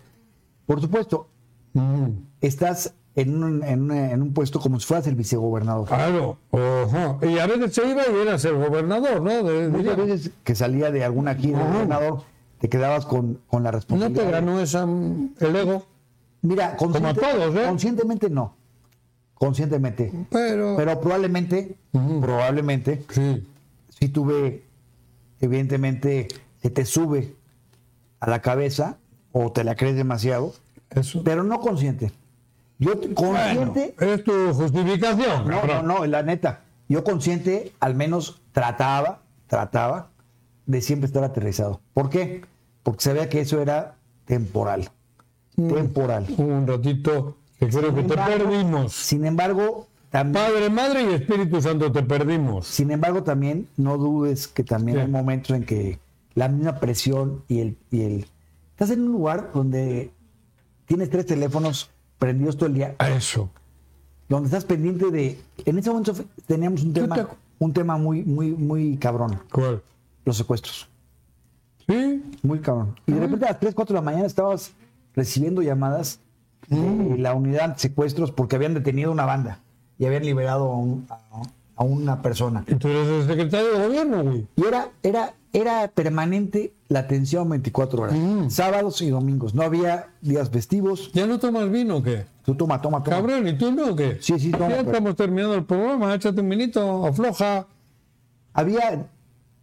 Speaker 2: por supuesto,
Speaker 1: Mm,
Speaker 2: estás en un, en un- en un puesto como si fueras el vicegobernador.
Speaker 1: claro. Ajá. Y a veces se iba y eras el gobernador, ¿no? De-
Speaker 2: Muchas
Speaker 1: diría.
Speaker 2: veces que salía de alguna gira de
Speaker 1: Ajá.
Speaker 2: gobernador, te quedabas con, con
Speaker 1: ¿No
Speaker 2: la
Speaker 1: te
Speaker 2: responsabilidad.
Speaker 1: ganó esa, mm, el ego?
Speaker 2: Mira, consciente-
Speaker 1: todos, ¿eh?
Speaker 2: conscientemente no. Conscientemente.
Speaker 1: Pero...
Speaker 2: Pero probablemente,
Speaker 1: Ujú.
Speaker 2: probablemente,
Speaker 1: Sí.
Speaker 2: si tuve, evidentemente, se te sube a la cabeza o te la crees demasiado
Speaker 1: Eso.
Speaker 2: pero no consciente. Yo t-
Speaker 1: Bueno,
Speaker 2: consciente,
Speaker 1: es tu justificación.
Speaker 2: no, no,
Speaker 1: cabrón.
Speaker 2: no, la neta. Yo consciente, al menos trataba, trataba de siempre estar aterrizado. ¿Por qué? Porque sabía que eso era temporal. Temporal.
Speaker 1: Hubo un ratito que creo que te
Speaker 2: embargo-
Speaker 1: perdimos.
Speaker 2: Sin embargo, también,
Speaker 1: Padre, Madre y Espíritu Santo, te perdimos.
Speaker 2: sin embargo, también no dudes que también
Speaker 1: Sí.
Speaker 2: hay momentos en que la misma presión y el, y el... Estás en un lugar donde tienes tres teléfonos prendidos todo el día,
Speaker 1: A eso.
Speaker 2: donde estás pendiente de... En ese momento Sofi, teníamos un
Speaker 1: Yo
Speaker 2: tema,
Speaker 1: te acu-
Speaker 2: un tema muy, muy, muy cabrón,
Speaker 1: ¿Cuál?
Speaker 2: los secuestros.
Speaker 1: ¿Sí?
Speaker 2: Muy cabrón. Y de repente a las 3, 4 de la mañana estabas recibiendo llamadas de la unidad de secuestros porque habían detenido una banda y habían liberado a, un- a- a una persona.
Speaker 1: ¿Y tú eres el secretario de gobierno, güey?
Speaker 2: Y era, era, era permanente la atención 24 horas,
Speaker 1: Mm.
Speaker 2: sábados y domingos. No había días festivos.
Speaker 1: ¿Ya no tomas vino o qué?
Speaker 2: Tú toma, toma, toma.
Speaker 1: Cabrón, ¿y tú no o qué?
Speaker 2: Sí, sí, toma,
Speaker 1: Ya
Speaker 2: pero-
Speaker 1: estamos terminando el programa, échate un minito, afloja.
Speaker 2: Había,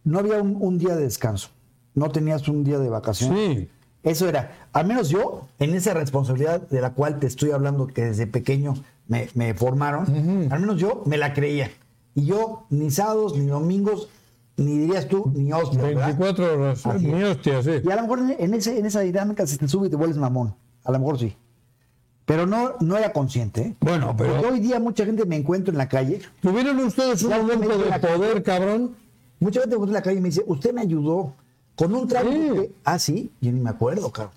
Speaker 2: no había un, un día de descanso. No tenías un día de vacaciones.
Speaker 1: Sí.
Speaker 2: Eso era, al menos yo, en esa responsabilidad de la cual te estoy hablando, que desde pequeño me, me formaron, al menos yo me la creía. Y yo, ni sábados, ni domingos, ni dirías tú, ni hostia. ¿verdad?
Speaker 1: 24 horas.
Speaker 2: Así es.
Speaker 1: Mi hostia, sí.
Speaker 2: Y a lo mejor en- en, ese, en esa dinámica se te sube y te vuelves mamón. A lo mejor sí. Pero no, no era consciente. ¿eh?
Speaker 1: Bueno,
Speaker 2: Porque
Speaker 1: pero
Speaker 2: hoy día mucha gente me encuentro en la calle,
Speaker 1: tuvieron ustedes un
Speaker 2: Ya
Speaker 1: momento
Speaker 2: me-
Speaker 1: de poder, cabrón.
Speaker 2: mucha gente me encuentro en la calle y me dice, usted me ayudó con un trago.
Speaker 1: Sí.
Speaker 2: que-". Ah, sí, yo ni me acuerdo, cabrón.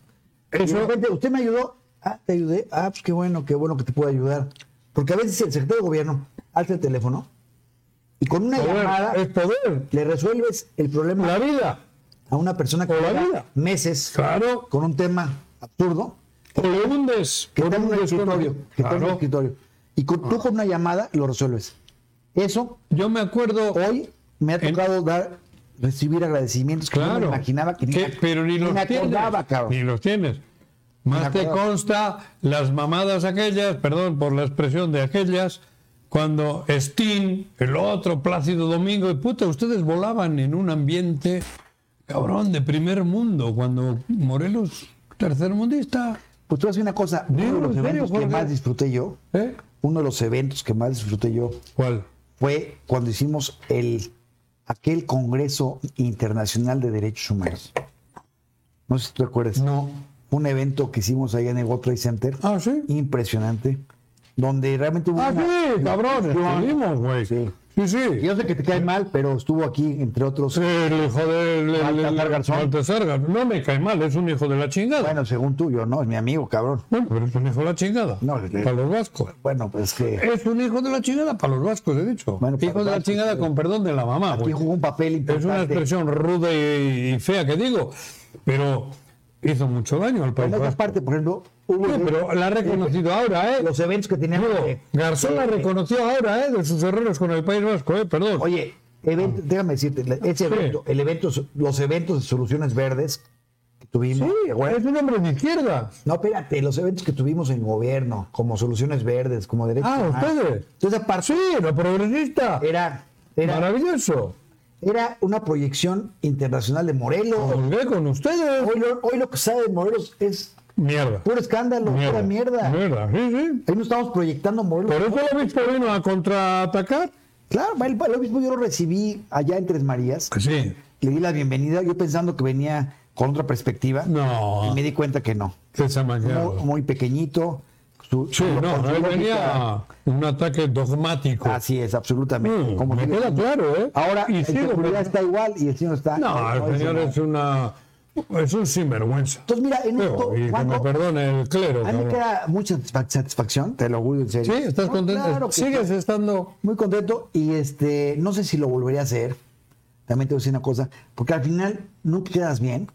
Speaker 2: Y de
Speaker 1: Eso,
Speaker 2: repente, usted me ayudó. Ah, te ayudé. Ah, pues qué bueno, qué bueno que te puedo ayudar. Porque a veces el secretario de gobierno alza el teléfono y con una
Speaker 1: poder,
Speaker 2: llamada
Speaker 1: es poder.
Speaker 2: le resuelves el problema
Speaker 1: La vida.
Speaker 2: a una persona que
Speaker 1: o la
Speaker 2: lleva
Speaker 1: vida.
Speaker 2: meses
Speaker 1: Claro.
Speaker 2: con un tema absurdo
Speaker 1: O le hundes.
Speaker 2: que
Speaker 1: o
Speaker 2: está en un
Speaker 1: hundes con-
Speaker 2: escritorio. Que está en un
Speaker 1: Claro. Ah.
Speaker 2: escritorio. Y con- tú con una llamada lo resuelves. Eso
Speaker 1: Yo me acuerdo.
Speaker 2: hoy me ha
Speaker 1: En-
Speaker 2: tocado dar recibir agradecimientos que yo no
Speaker 1: Claro.
Speaker 2: me imaginaba que ni
Speaker 1: Que-
Speaker 2: me-
Speaker 1: pero ni
Speaker 2: ni
Speaker 1: los
Speaker 2: me acordaba,
Speaker 1: tienes.
Speaker 2: cabrón.
Speaker 1: Ni los tienes.
Speaker 2: Ni me
Speaker 1: Más te
Speaker 2: acordaba.
Speaker 1: consta las mamadas aquellas, perdón por la expresión de aquellas, cuando Sting, el otro, Plácido Domingo, y puta, ustedes volaban en un ambiente, cabrón, de primer mundo, cuando Morelos, tercermundista,
Speaker 2: Pues tú haces una cosa, uno
Speaker 1: Digo,
Speaker 2: de los
Speaker 1: en serio,
Speaker 2: eventos que
Speaker 1: Jorge.
Speaker 2: más disfruté yo,
Speaker 1: ¿eh?
Speaker 2: uno de los eventos que más disfruté yo
Speaker 1: ¿Cuál?
Speaker 2: fue cuando hicimos el aquel Congreso Internacional de Derechos Humanos. No sé si tú te acuerdas.
Speaker 1: No.
Speaker 2: Un evento que hicimos allá en el World Trade Center,
Speaker 1: Ah, sí.
Speaker 2: impresionante, donde realmente hubo
Speaker 1: Ah,
Speaker 2: una-
Speaker 1: sí, cabrón, estuvimos, güey.
Speaker 2: Sí.
Speaker 1: Sí, sí.
Speaker 2: Yo sé que te cae mal, pero estuvo aquí, entre otros.
Speaker 1: El hijo de
Speaker 2: Baltasar Garzón.
Speaker 1: No me cae mal, es un hijo de la chingada.
Speaker 2: Bueno, según tú, yo no, es mi amigo, cabrón.
Speaker 1: Bueno, pero es un hijo de la chingada.
Speaker 2: No, le-
Speaker 1: para los vascos.
Speaker 2: Bueno, pues que
Speaker 1: Es un hijo de la chingada para los vascos, he dicho.
Speaker 2: Bueno, para
Speaker 1: hijo
Speaker 2: los
Speaker 1: de la
Speaker 2: vascos,
Speaker 1: chingada
Speaker 2: sí.
Speaker 1: con perdón de la mamá.
Speaker 2: aquí
Speaker 1: güey.
Speaker 2: jugó un papel
Speaker 1: Es una
Speaker 2: importante.
Speaker 1: expresión ruda y, y fea que digo, pero hizo mucho daño al país.
Speaker 2: En otra
Speaker 1: vasco.
Speaker 2: parte, por ejemplo, hubo
Speaker 1: Sí, pero la ha reconocido ahora, ¿eh?
Speaker 2: pues, los eventos que teníamos.
Speaker 1: Digo,
Speaker 2: eh,
Speaker 1: Garzón la reconoció ahora, ¿eh? De sus errores con el País Vasco, ¿eh? Perdón.
Speaker 2: Oye, evento- déjame decirte, la- ese
Speaker 1: Ah. Sí.
Speaker 2: evento, el evento, los eventos de soluciones verdes que tuvimos.
Speaker 1: Sí, es un hombre de izquierda.
Speaker 2: No, espérate, los eventos que tuvimos en gobierno, como soluciones verdes, como derechos.
Speaker 1: Ah,
Speaker 2: humanos.
Speaker 1: ustedes.
Speaker 2: Entonces, aparte,
Speaker 1: Sí, lo progresista.
Speaker 2: era, era,
Speaker 1: Maravilloso.
Speaker 2: era una proyección internacional de Morelos.
Speaker 1: Colgué con ustedes.
Speaker 2: Hoy lo, hoy lo que sabe de Morelos es
Speaker 1: Mierda.
Speaker 2: puro escándalo, pura mierda.
Speaker 1: Mierda, sí, sí.
Speaker 2: Ahí no estamos proyectando Morelos.
Speaker 1: Por eso el obispo vino a contraatacar.
Speaker 2: Claro, el, el obispo yo lo recibí allá en Tres Marías.
Speaker 1: Sí.
Speaker 2: Le di la bienvenida, yo pensando que venía con otra perspectiva. Y
Speaker 1: No,
Speaker 2: me di cuenta que no.
Speaker 1: que se ha
Speaker 2: Muy,
Speaker 1: manqueado.
Speaker 2: muy pequeñito. su-
Speaker 1: Sí,
Speaker 2: su-
Speaker 1: no,
Speaker 2: con su
Speaker 1: ahí
Speaker 2: lógica.
Speaker 1: venía un ataque dogmático.
Speaker 2: Así es, absolutamente.
Speaker 1: Mm,
Speaker 2: Ah, Como
Speaker 1: me
Speaker 2: que-
Speaker 1: queda claro, ¿eh?
Speaker 2: Ahora,
Speaker 1: Y
Speaker 2: la
Speaker 1: sigo
Speaker 2: inseguridad
Speaker 1: pensando-
Speaker 2: está igual y el señor está.
Speaker 1: No, el
Speaker 2: dice
Speaker 1: señor
Speaker 2: nada.
Speaker 1: es una. Es un sinvergüenza.
Speaker 2: Entonces, mira, en
Speaker 1: Pero,
Speaker 2: esto,
Speaker 1: y que me
Speaker 2: Juanjo,
Speaker 1: perdone el clero.
Speaker 2: a mí me
Speaker 1: cabrón.
Speaker 2: queda mucha satisfa- satisfacción, te lo juro, en serio.
Speaker 1: Sí, estás
Speaker 2: No,
Speaker 1: contento.
Speaker 2: Claro que
Speaker 1: Sigues
Speaker 2: sí.
Speaker 1: estando.
Speaker 2: Muy contento y este, no sé si lo volvería a hacer. También te voy a decir una cosa, porque al final no quedas bien,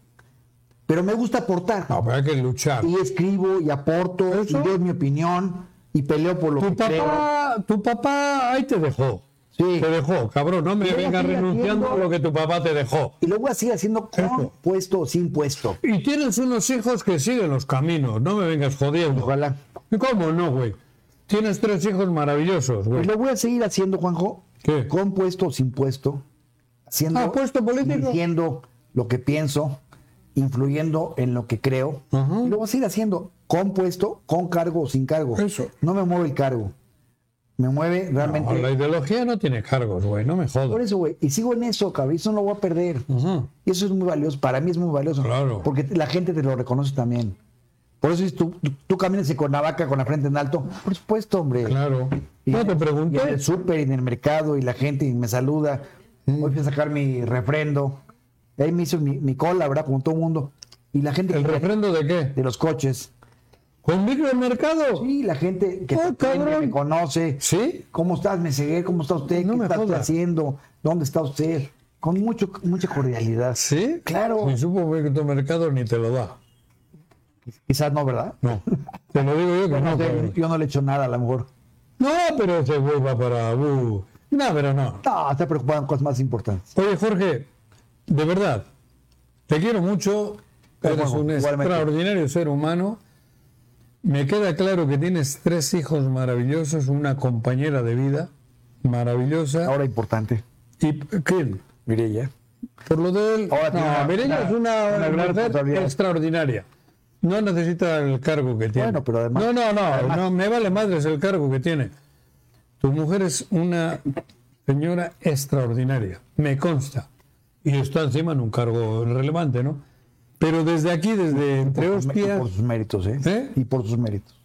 Speaker 2: pero me gusta aportar.
Speaker 1: No, pero hay que luchar.
Speaker 2: Y escribo y aporto,
Speaker 1: Eso.
Speaker 2: y doy mi opinión, y peleo por lo
Speaker 1: Tu
Speaker 2: que creo.
Speaker 1: papá, tu papá ahí te dejó.
Speaker 2: Sí.
Speaker 1: Te dejó, cabrón. No me
Speaker 2: Y él
Speaker 1: vengas
Speaker 2: sigue
Speaker 1: renunciando
Speaker 2: haciendo-
Speaker 1: a lo que tu papá te dejó.
Speaker 2: Y luego así haciendo con
Speaker 1: Eso.
Speaker 2: puesto o sin puesto.
Speaker 1: Y tienes unos hijos que siguen los caminos. No me vengas jodiendo.
Speaker 2: Ojalá.
Speaker 1: ¿Y ¿Cómo no, güey? Tienes tres hijos maravillosos,
Speaker 2: Pues
Speaker 1: güey.
Speaker 2: lo voy a seguir haciendo, Juanjo.
Speaker 1: ¿Qué?
Speaker 2: Con puesto o sin puesto. Haciendo,
Speaker 1: Ah, puesto político.
Speaker 2: Diciendo lo que pienso, influyendo en lo que creo.
Speaker 1: Ajá.
Speaker 2: Y lo voy a seguir haciendo. con puesto, con cargo o sin cargo.
Speaker 1: Eso.
Speaker 2: No me mueve el cargo. Me mueve realmente.
Speaker 1: No, la ideología no tiene cargos, güey, no me
Speaker 2: Por
Speaker 1: jodas.
Speaker 2: eso, güey. Y sigo en eso, cabrón. Eso no lo voy a perder.
Speaker 1: Ujú.
Speaker 2: Y eso es muy valioso. Para mí es muy valioso.
Speaker 1: Claro.
Speaker 2: Porque la gente te lo reconoce también. Por eso, si tú, tú, tú caminas en Cuernavaca con la frente en alto, por supuesto, hombre.
Speaker 1: Claro.
Speaker 2: Y-
Speaker 1: No te
Speaker 2: y en
Speaker 1: pregunté.
Speaker 2: el súper y en el mercado y la gente y me saluda. Voy a sacar mi refrendo. Y ahí me hizo mi, mi cola, ¿verdad? Como todo el mundo. Y la gente
Speaker 1: ¿El refrendo de qué?
Speaker 2: de los coches.
Speaker 1: ¿Con micromercado?
Speaker 2: Sí, la gente que,
Speaker 1: Oh,
Speaker 2: te atiende,
Speaker 1: cabrón.
Speaker 2: me conoce.
Speaker 1: ¿Sí?
Speaker 2: ¿Cómo estás, Meseguer? ¿Cómo está usted?
Speaker 1: No
Speaker 2: ¿Qué
Speaker 1: me
Speaker 2: está usted
Speaker 1: jodas.
Speaker 2: haciendo? ¿Dónde está usted? Con mucho, mucha cordialidad.
Speaker 1: ¿Sí?
Speaker 2: Claro.
Speaker 1: Ni supo mercado ni te lo da.
Speaker 2: Quizás no, ¿verdad?
Speaker 1: No. Te lo digo yo que no.
Speaker 2: No sé,
Speaker 1: cabrón.
Speaker 2: yo no le echo nada, a lo mejor.
Speaker 1: No, pero ese güey va para... uh, No, pero no.
Speaker 2: No, está preocupado en cosas más importantes.
Speaker 1: Oye, Jorge, de verdad, te quiero mucho.
Speaker 2: Pero
Speaker 1: Eres
Speaker 2: bueno,
Speaker 1: un
Speaker 2: igualmente.
Speaker 1: extraordinario ser humano. Me queda claro que tienes tres hijos maravillosos, una compañera de vida maravillosa.
Speaker 2: Ahora importante.
Speaker 1: ¿Y quién?
Speaker 2: Mirella.
Speaker 1: Por lo de él,
Speaker 2: Ahora
Speaker 1: no,
Speaker 2: tiene una-
Speaker 1: Mireia es una,
Speaker 2: una gran
Speaker 1: mujer
Speaker 2: responsabilidad.
Speaker 1: extraordinaria. No necesita el cargo que tiene.
Speaker 2: Bueno, pero además-
Speaker 1: No, no, no,
Speaker 2: además-
Speaker 1: no, me vale madres el cargo que tiene. Tu mujer es una señora extraordinaria, me consta. Y está encima en un cargo relevante, ¿no? Pero desde aquí, desde entre hostias.
Speaker 2: Por sus méritos, ¿eh?
Speaker 1: ¿Eh?
Speaker 2: Y por sus méritos.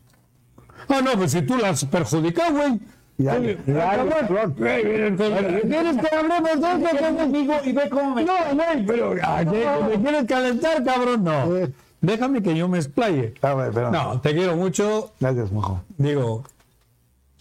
Speaker 1: Ah, no, pues si tú las has perjudicado, güey.
Speaker 2: Y dale, y dale, cabrón.
Speaker 1: ¿Quieres que hablemos de esto conmigo y ve cómo me... No, no, pero ay, ¿me quieres calentar, cabrón? No.
Speaker 2: Eh.
Speaker 1: Déjame que yo me explaye.
Speaker 2: A ver, pero-
Speaker 1: No, te quiero mucho.
Speaker 2: Ah, Gracias, mojo.
Speaker 1: Digo,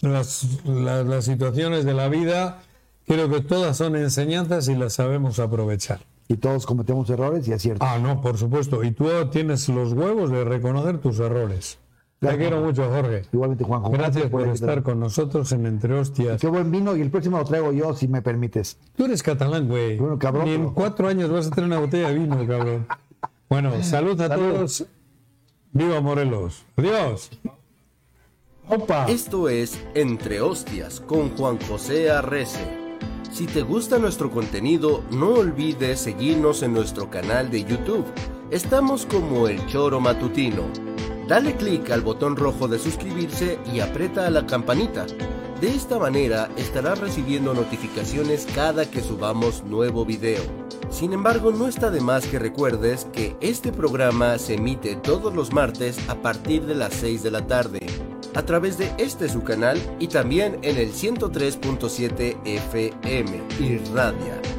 Speaker 1: las, las, las situaciones de la vida, creo que todas son enseñanzas y las sabemos aprovechar.
Speaker 2: Y todos cometemos errores y aciertos.
Speaker 1: Ah, no, por supuesto. Y tú tienes los huevos de reconocer tus errores. Te
Speaker 2: Claro.
Speaker 1: quiero mucho, Jorge.
Speaker 2: Igualmente, Juanjo.
Speaker 1: Ah. Gracias por
Speaker 2: la
Speaker 1: estar
Speaker 2: invitación.
Speaker 1: con nosotros en Entre Hostias.
Speaker 2: Qué buen vino y el próximo lo traigo yo, si me permites.
Speaker 1: Tú eres catalán, güey.
Speaker 2: Bueno, cabrón,
Speaker 1: Ni en
Speaker 2: pero-
Speaker 1: cuatro años vas a tener una botella de vino, cabrón. Bueno, salud a
Speaker 2: Salud.
Speaker 1: todos. Viva Morelos. Adiós. Ah.
Speaker 2: ¡Opa!
Speaker 4: Esto es Entre Hostias con Juan José Arrece. Si te gusta nuestro contenido, no olvides seguirnos en nuestro canal de YouTube. Estamos como El Choro Matutino. Dale clic al botón rojo de suscribirse y aprieta la campanita. De esta manera estarás recibiendo notificaciones cada que subamos nuevo video. Sin embargo, no está de más que recuerdes que este programa se emite todos los martes a partir de las 6 de la tarde a través de este su canal y también en el 103.7 FM Irradia.